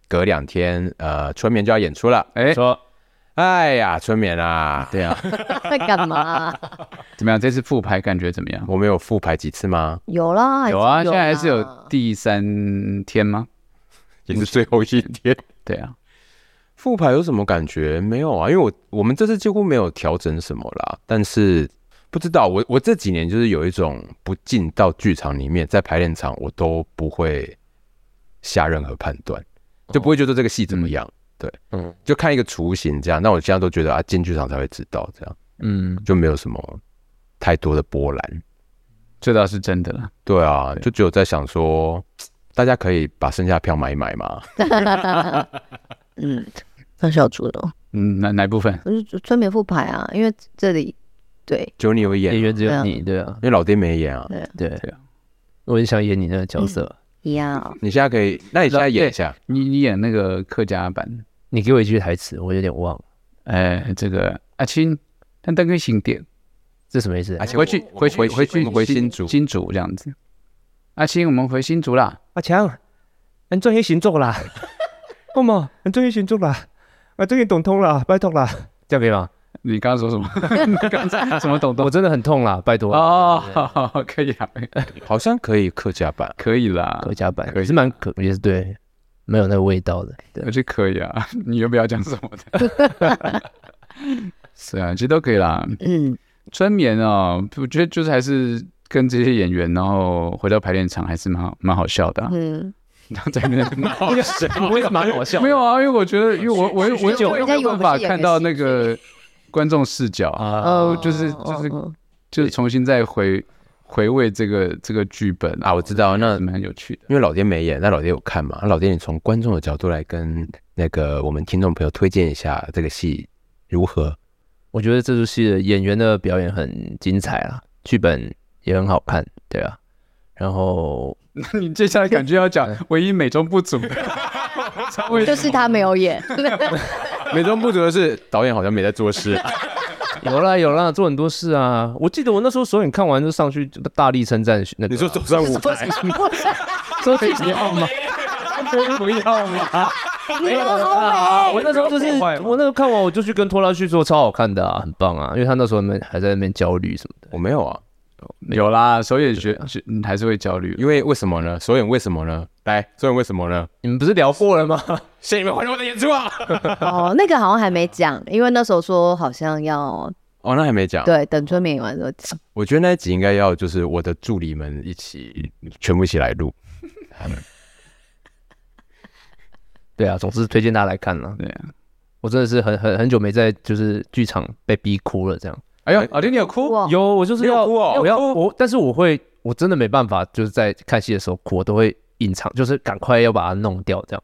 B: 隔两天，呃，春眠就要演出了。
A: 哎、
D: 说
B: 哎呀，春眠啊，
A: 对啊，
C: 在干嘛啊？
A: 怎么样？这次复牌感觉怎么样？
B: 我们有复牌几次吗？
C: 有啦，
A: 有啊，
C: 还是
A: 现在还是有
C: 啦
A: 第三天吗？
B: 也是最后一 天。
A: 对啊，
B: 复牌有什么感觉？没有啊，因为我我们这次几乎没有调整什么啦。但是不知道，我我这几年就是有一种不进到剧场里面，在排练场我都不会下任何判断，就不会觉得这个戏怎么样。对，哦嗯
D: 嗯，
B: 就看一个雏形这样。那我现在都觉得啊，进剧场才会知道，这样
D: 嗯，
B: 就没有什么太多的波澜。
A: 这倒是真的了。
B: 对啊，就只有在想说，大家可以把剩下的票买一买嘛。
C: 嗯，算是有主流，
A: 嗯，哪哪一部分？
C: 我就春眠复牌啊，因为这里对
B: 就你有演，
D: 演
B: 因
D: 员只
C: 对
D: 有
C: 啊
D: 你，对啊，
B: 为老爹没演啊。
D: 对
A: 对啊，
D: 我很想演你那个角色，
C: 一样啊，
B: 你现在可以，那你现在演一下。
A: 你你演那个客家版，
D: 你给我一句台词，我有点忘了，
A: 哎、这个阿青，但但跟醒点，
D: 这什么意思？
B: 而且
A: 回去
B: 我
A: 回去
B: 我
A: 回去
B: 回新竹，
A: 新竹这样子。阿青，我们回新竹啦。
F: 啊
D: 阿强，你终于行走 啦！默默，
F: 你终于行动了，我啊终于懂通了，拜托了。
D: 这样可以吗？
A: 你刚刚说什么？ 你刚才什么懂懂
D: 我？真的很痛啦，拜
F: 啊
D: 托。
A: 哦，可以啊，
B: 好像可以客家版。
A: 可以啦，
D: 客家版
A: 可以
D: 也是蛮可，也是对，没有那个味道 的。对
A: 我，觉得可以啊。你又不要讲什么的？ 是啊，其实都可以啦。
C: 嗯，
A: 春眠哦，我觉得就是还是跟这些演员，然后回到排练场，还是蛮好蛮好笑的、啊。
C: 嗯，
A: 然后 在那边蛮好笑。
D: 我也蛮好笑
A: 没有啊，因为我觉得，因为我我我
C: 人
A: 我
C: 家
A: 没
C: 以为
A: 有
C: 我
A: 办
C: 们
A: 法
C: 是演
A: 看
C: 个
A: 到
C: 戏
A: 那
C: 剧
A: 个 观众视角啊，
D: 啊，
A: 哦，就是就是
C: 嗯
A: 就是重新再回回味这个这个剧本
B: 啊我知道那
A: 还是蛮有趣的。
B: 因为老爹没演，那老爹有看嘛？那老爹，你从观众的角度来跟那个我们听众朋友推荐一下这个戏如何？
D: 我觉得这出戏的演员的表演很精彩啦，剧本也很好看，对啊。然后
A: 那 你接下来感觉要 讲唯一美中不足的，
C: 就是他没 有演，
B: 美中不足的是，导演好像没在做 事。
D: 有啦有啦，做很多事啊。我记得我那时候首演看完就上去大力称赞那个啊，
B: 上舞台，
D: 说自己好吗？
A: 不要嘛！哎
C: 没有
A: 啊
C: 好
D: 我那时候就是我那时候看完我就去跟拖拉去说超好看的啊，很棒啊，因为他那时候还没还在那边焦虑什么的。
B: 我没有啊，
A: 有啦，首演学学嗯还是会焦虑，
B: 因为为什么呢？首演为什么呢？来，首演为什么呢？
D: 你们不是聊过了吗？
B: 谢谢你们欢迎我的演出啊！
C: 美哦，那个好像还没讲，因为那时候说好像要
B: 哦，那还没讲。
C: 对等春眠完之后讲，
B: 我觉得那一集应该要就是我的助理们一起，全部一起来 录。
D: 对啊，总之推荐大家来看啦。
A: 对啊。
D: 我真的是很很很久没在就是剧场被逼哭了这样。
A: 哎呦，老爹你有哭？
C: 哇，
D: 有，我就是
B: 你有
D: 要
B: 哭哦
D: 我要我，但是我会我真的没办法，就是在看戏的时候哭，我都会隐藏，就是赶快要把它弄掉这样。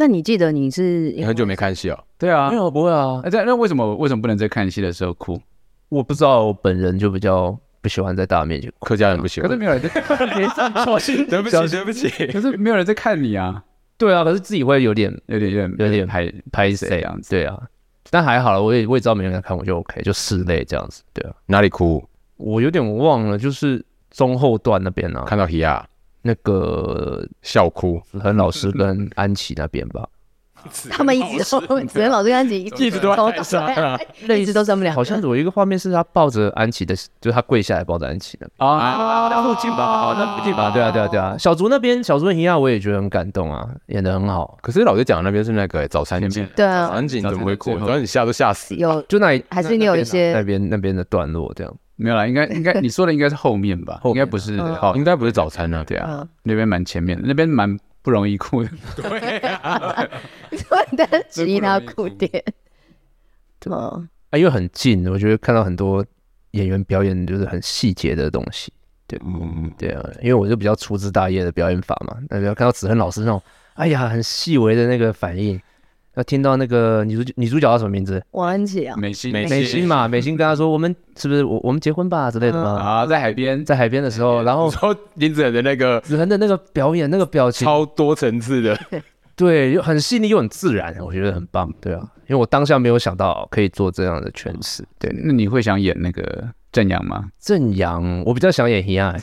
C: 那你记得你是
B: 你很久没看戏哦，
A: 对啊
D: 没，有不会啊，
A: 那这样那为什么为什么不能在看戏的时候哭？
D: 我不知道，我本人就比较不喜欢在大家面前哭。
B: 客家人不喜
A: 可
B: 欢
A: 是。没有人在，
B: 对不起，对不起。
A: 可是没有人在看你啊！
D: 对啊，可是自己会有点
A: 有点有点
D: 有点
A: 拍
D: 拍
A: 谁
D: 谁
A: 这样子
D: 对啊，但还好了，我也我也知道没人来看我就 OK，就室内这样子，对啊，
B: 哪里哭？
D: 我有点忘了，就是中后段那边啊，
B: 看到皮亚
D: 那个
B: 笑哭，
D: 子恒老师跟安琪那边吧，
C: 他们一直都，子恩老师跟安吉一直都在上，一直都是他们俩，
D: 好像有一个画面是他抱着安琪的，就是他跪下来抱着安琪那边。
A: 啊，
D: 那附近吧，哦，那附近吧，对啊，对啊，对啊。小竹那边，小竹一样，我也觉得很感动啊，演的很好。
B: 可是老师讲的那边是那个、早餐
A: 前
B: 景，
A: 面
C: 对
B: 早
C: 啊，
B: 餐景
A: 早
B: 怎
A: 餐
B: 么会哭？
A: 最后
B: 早餐你吓都吓死。
C: 有
D: 就那一
C: 还是你有一些
D: 那边那边的段落这样，
A: 没有啦，应该应该你说的应该是后面吧，
D: 后
A: 应
D: 面啊
A: 该不是
C: 嗯
A: 哦，
B: 应该不是早餐啊，
A: 对啊
C: 嗯，
A: 那边蛮前面的，那边蛮不容易哭的。
C: 对的吉拉库点， 怎么？
D: 啊，因为很近，我觉得看到很多演员表演就是很细节的东西。
A: 嗯，
D: 对啊，因为我就比较粗枝大叶的表演法嘛，那要看到子恒老师那种，哎呀，很细微的那个反应，要听到那个女主女主角叫什么名字？
C: 王安琪啊，
A: 美心
B: 美
D: 美心嘛，美心跟他说，我们是不是我我们结婚吧之类的嘛，
A: 啊，在海边，
D: 在海边的时候，然后
B: 然后哦林子恒的那个
D: 子恒的那个表演那个表情，
B: 超多层次的，
D: 对，又很细腻又很自然，我觉得很棒。对啊，因为我当下没有想到可以做这样的诠释。
A: 对，那你会想演那个正阳吗？
D: 正阳，我比较想演黑暗，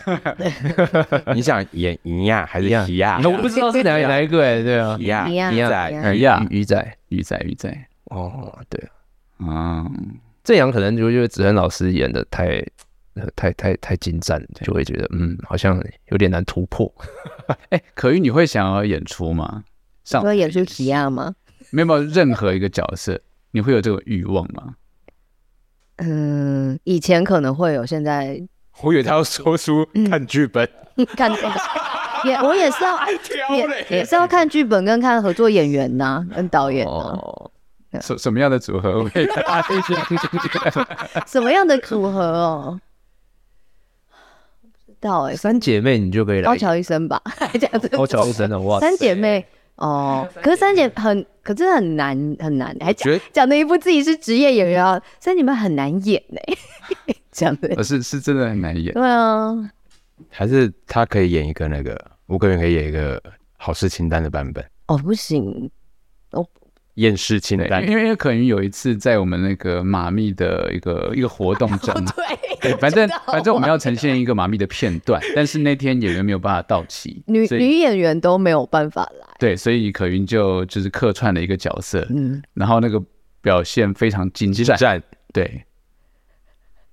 B: 你想演银亚还是
D: 一样
B: 皮亚？
D: 我不知道是哪哪一个哎，对啊
B: 皮，亚，
C: 一样
B: 皮亚
C: 一
B: 仔
C: 样
A: 哎呀，
D: 呃鱼鱼仔，
A: 鱼仔鱼仔，
D: 哦，对啊，
A: 啊，
D: 正阳可能就觉得子恒老师演的太。呃太太太精湛，就会觉得嗯，好像有点难突破。
A: 哎，可玉，你会想要演出吗？上
C: 说演出皮亚吗？
A: 没有没有任何一个角色，你会有这个欲望吗？
C: 嗯，以前可能会有，现在
B: 我以为他要说出看剧本，
C: 看也我也是要
B: 挑嘞
C: 也也是要看剧本跟看合作演员呐、跟导演呐、
D: 哦，
A: 什什么样的组合 会？
C: 什么样的组合哦？不知道哎、
D: 三姐妹你就可以来
C: 高桥医生吧，这样子。
D: 高桥医生的哇，
C: 三姐妹哦，可是三姐很，可是很难很难，还
B: 觉
C: 讲讲的一部自己是职业演员啊，三姐妹很难演呢、 这样子。
A: 呃是是真的很难演。
C: 对啊，
B: 还是他可以演一个那个吴克源可以演一个好事清单的版本，
C: 哦不行，
B: 厌世清
A: 对，
B: 单
A: 因为因为因为可能有一次在我们那个马密的一个一个活动中，
C: 对，
A: 对，反正
C: 知道啊
A: 反正我们要呈现一个马密的片段，但是那天演员没有办法到齐，
C: 女
A: 所以
C: 女演员都没有办法来。
A: 对，所以可云就就是客串了一个角色，
C: 嗯，
A: 然后那个表现非常精湛，
B: 战
A: 对，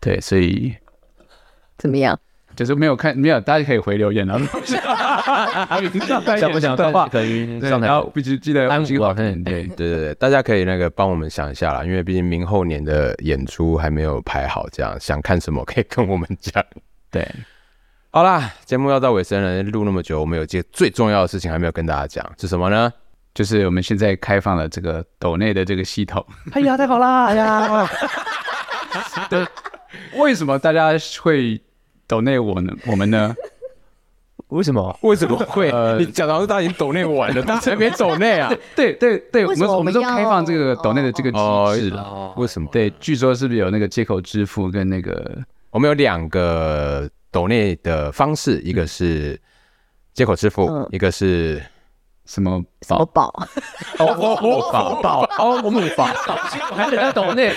A: 对，所以
C: 怎么样？
A: 就是没有看没有，大家可以回留言，然啊后想
D: 想不想
A: 的
D: 看
A: 话，
D: 可云
A: 对
D: 上台
A: 然后必须记得
D: 安
A: 记
D: 五
A: 得
D: 啊，嗯，对
A: 对，
B: 对对对，大家可以那个帮我们想一下啦，因为毕竟明后年的演出还没有排好，这样想看什么可以跟我们讲。
A: 对，
B: 好啦，节目要到尾声了，录那么久，我们有件最重要的事情还没有跟大家讲，是什么呢？
A: 就是我们现在开放了这个抖内的这个系 统，
D: 哎呀，太好啦！哎呀，
A: 为什么大家会抖内我呢？我们呢？
D: 为什么？
B: 为什么会？
A: 呃
B: 你讲到是大家已经抖内完了，大家还没抖内 啊？
A: 对对对，我
C: 为什
A: 们
C: 么
A: 我们都
C: 我们要
A: 开放这个抖内的这个
B: 哦
A: 机制了。
B: 为什么？
A: 对，据说是不是有那个接口支付跟那个
B: 我们有两个抖内的方式，一个是接口支付，
C: 嗯
B: 一个是
A: 什么
C: 什么宝？
D: 哦，我宝宝哦，我母宝，我还等他懂那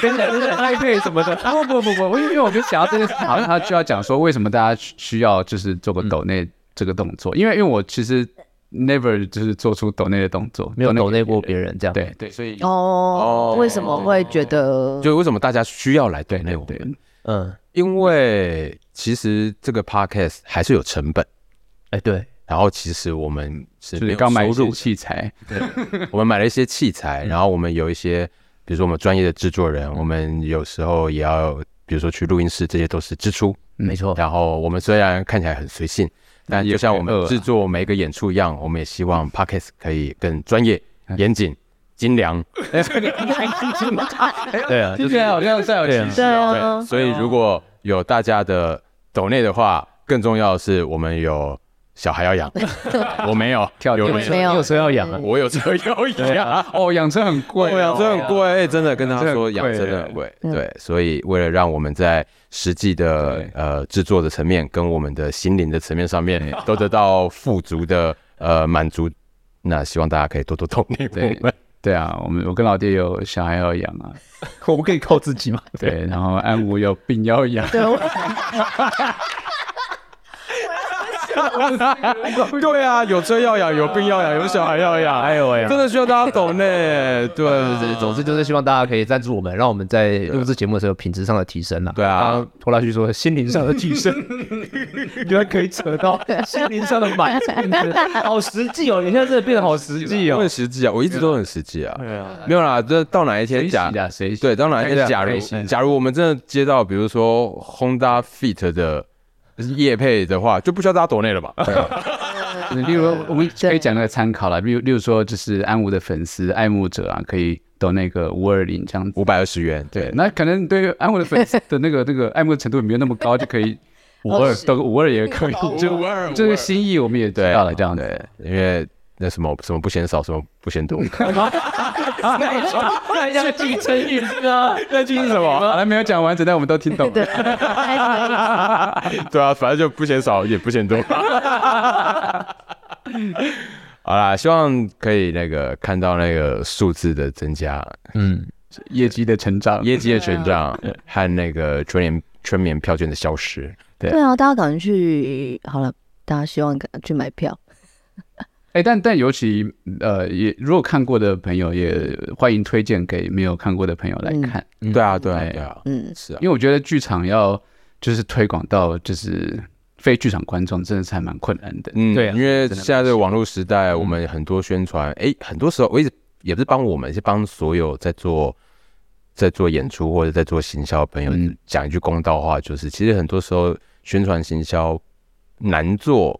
D: 跟那个爱配什么的。
A: 啊不不不，我因为我就想到这件事，好像他就要讲说为什么大家需需要就是做个抖内这个动作，因为因为我其实 never 就是做出抖内的动作，
D: 没有
A: 抖
D: 抖
A: 内
D: 内过别人这样，
A: 对对，所以
C: 哦，为什么会觉得？
B: 就为什么大家需要来抖
A: 对
B: 内
A: 对
B: 我们？
A: 对，
D: 嗯，
B: 因为其实这个 podcast 还是有成本，
D: 哎对，
B: 然后其实我们是
A: 就是
B: 没有
A: 刚买一
B: 收
A: 些嗯
B: 入的，
A: 器材，
B: 我们买了一些器材，然后我们有一些，比如说我们专业的制作
A: 嗯
B: 人，我们有时候也要，比如说去录音室，这些都是支出。
D: 没
A: 哦
D: 错，
B: 然后我们虽然看起来很随
A: 嗯
B: 性，但就像我
A: 呃
B: 们制作每一个演出一样，我们也希望 podcast 可以更专业、
A: 嗯
B: 严谨、精良。
D: 对啊，
A: 听起来好像在有
D: 对啊
A: 歧视
C: 对啊，
B: 所以如果有大家的抖内的话，更重要的是我们有小孩要养，我没有，
A: 跳
B: 有
A: 跳
B: 没有？
C: 没有
D: 你有车要养啊，
B: 我有车要养。
A: 哦，养车很贵哦，
B: 对，养真很贵，哎真的跟他说
A: 真的很
B: 养
A: 贵
B: 真的很贵。对，所以为了让我们在实际的
A: 对
B: 呃制作的层面跟我们的心灵的层面上面都得到富足的呃满足，那希望大家可以多多动力我
A: 对
B: 们，
A: 对啊，我们我跟老爹有小孩要养啊，
B: 我们可以靠自己嘛。
A: 对，然后安武有病要养，
B: 对啊，有车要养，有病要养，有小孩要
D: 啊
B: 养，哎呦
A: 啊
B: 喂，真的需要大家懂呢。
F: 啊
B: 对，
D: 总之就是希望大家可以赞助我们，让我们在录制节目的时候有品质上的提升啦。
B: 对 啊
D: 刚刚拖拉去说心灵上的提升，
F: 原来可以扯到心灵上的满足，好实际哦！你现在真的变得好实际
B: 我
F: 哦
B: 很。实际啊，我一直都很实际啊。
F: 对啊，
B: 没有啦，这到哪一天
A: 谁洗
B: 假
A: 啊？谁洗
B: 对，当然
A: 开心，啊
B: 假如
A: 开心
B: 假如我们真的接到，比如说 Honda Fit 的业配的话，就不需要大家躲内了吧？
A: 啊
C: 啊
A: 例如我们可以讲那个参考啦，例如例如说就是安武的粉丝爱慕者啊，可以抖那个五二零这样子。
B: 五百二十元，
A: 对，，那可能对于安武的粉丝的那个 那个爱慕程度没有那么高，就可以五
B: 哦
A: 二抖个五二也可以，就
B: 二
A: 这个心意我们也知道了，这样
B: 对
A: 子。，
B: 因为那什么什么不嫌少，什么不嫌多，
D: 那像金城宇 啊，
B: 那就是什么？
A: 好了，没有讲完整，但我们都听懂了。
B: 对啊，反正就不嫌少也不嫌多。好啦，希望可以那个看到那个数字的增加，
D: 嗯，
A: 业绩的成长，
B: 业绩的成长和那个春联春眠票券的消失。
A: 对
E: 对啊，大家赶快去好了，大家希望赶快去买票。
A: 哎、但但尤其呃，也如果看过的朋友，也欢迎推荐给没有看过的朋友来看，
B: 对啊，对啊，
A: 哎
B: 对啊，
E: 嗯，
B: 是啊
A: 因。为我觉得剧场要就是推广到就是非剧场观众，真的是还蛮困难的。
B: 嗯，
D: 对啊
B: 因为现在这个网络时代，我
D: 嗯
B: 们很多宣传，哎、很多时候我一直也不是帮我们，是帮所有在做在做演出或者在做行销的朋友
A: 嗯
B: 讲、一句公道话，就是其实很多时候宣传行销难做，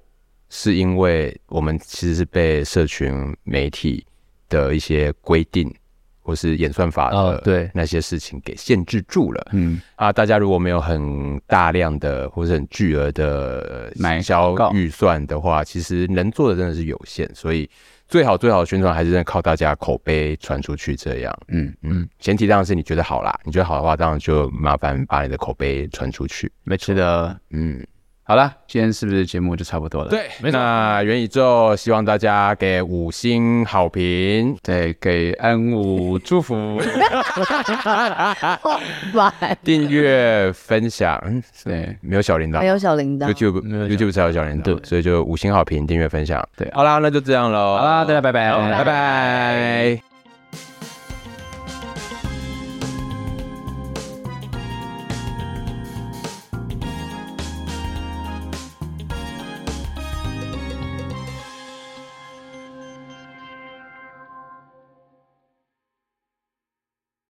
B: 是因为我们其实是被社群媒体的一些规定或是演算法的
D: 哦对
B: 那些事情给限制住了。
A: 嗯，
B: 啊，大家如果没有很大量的或者很巨额的
A: 买
B: 行销
A: 广告
B: 预算的话，其实能做的真的是有限，所以最好最好的宣传还是真的靠大家口碑传出去这样。
A: 嗯
B: 嗯，前提当然是你觉得好啦，你觉得好的话，当然就麻烦把你的口碑传出去。
A: 没错的。
B: 嗯，
A: 好啦，今天是不是节目就差不多了？，
B: 对，那元宇宙希望大家给五星好评。
A: 对，给安武祝 福。
E: 拜，
B: 订阅、分享，嗯
A: 对
B: 没有小铃铛
E: 还，有小铃铛，
B: YouTube
D: 没有讲
B: YouTube 才有小铃铛，
A: 对
B: 所以就五星好评、订阅、分享。
A: 对
B: 好啦，那就这样喽。
A: 好啦，大家拜拜，
B: 拜拜。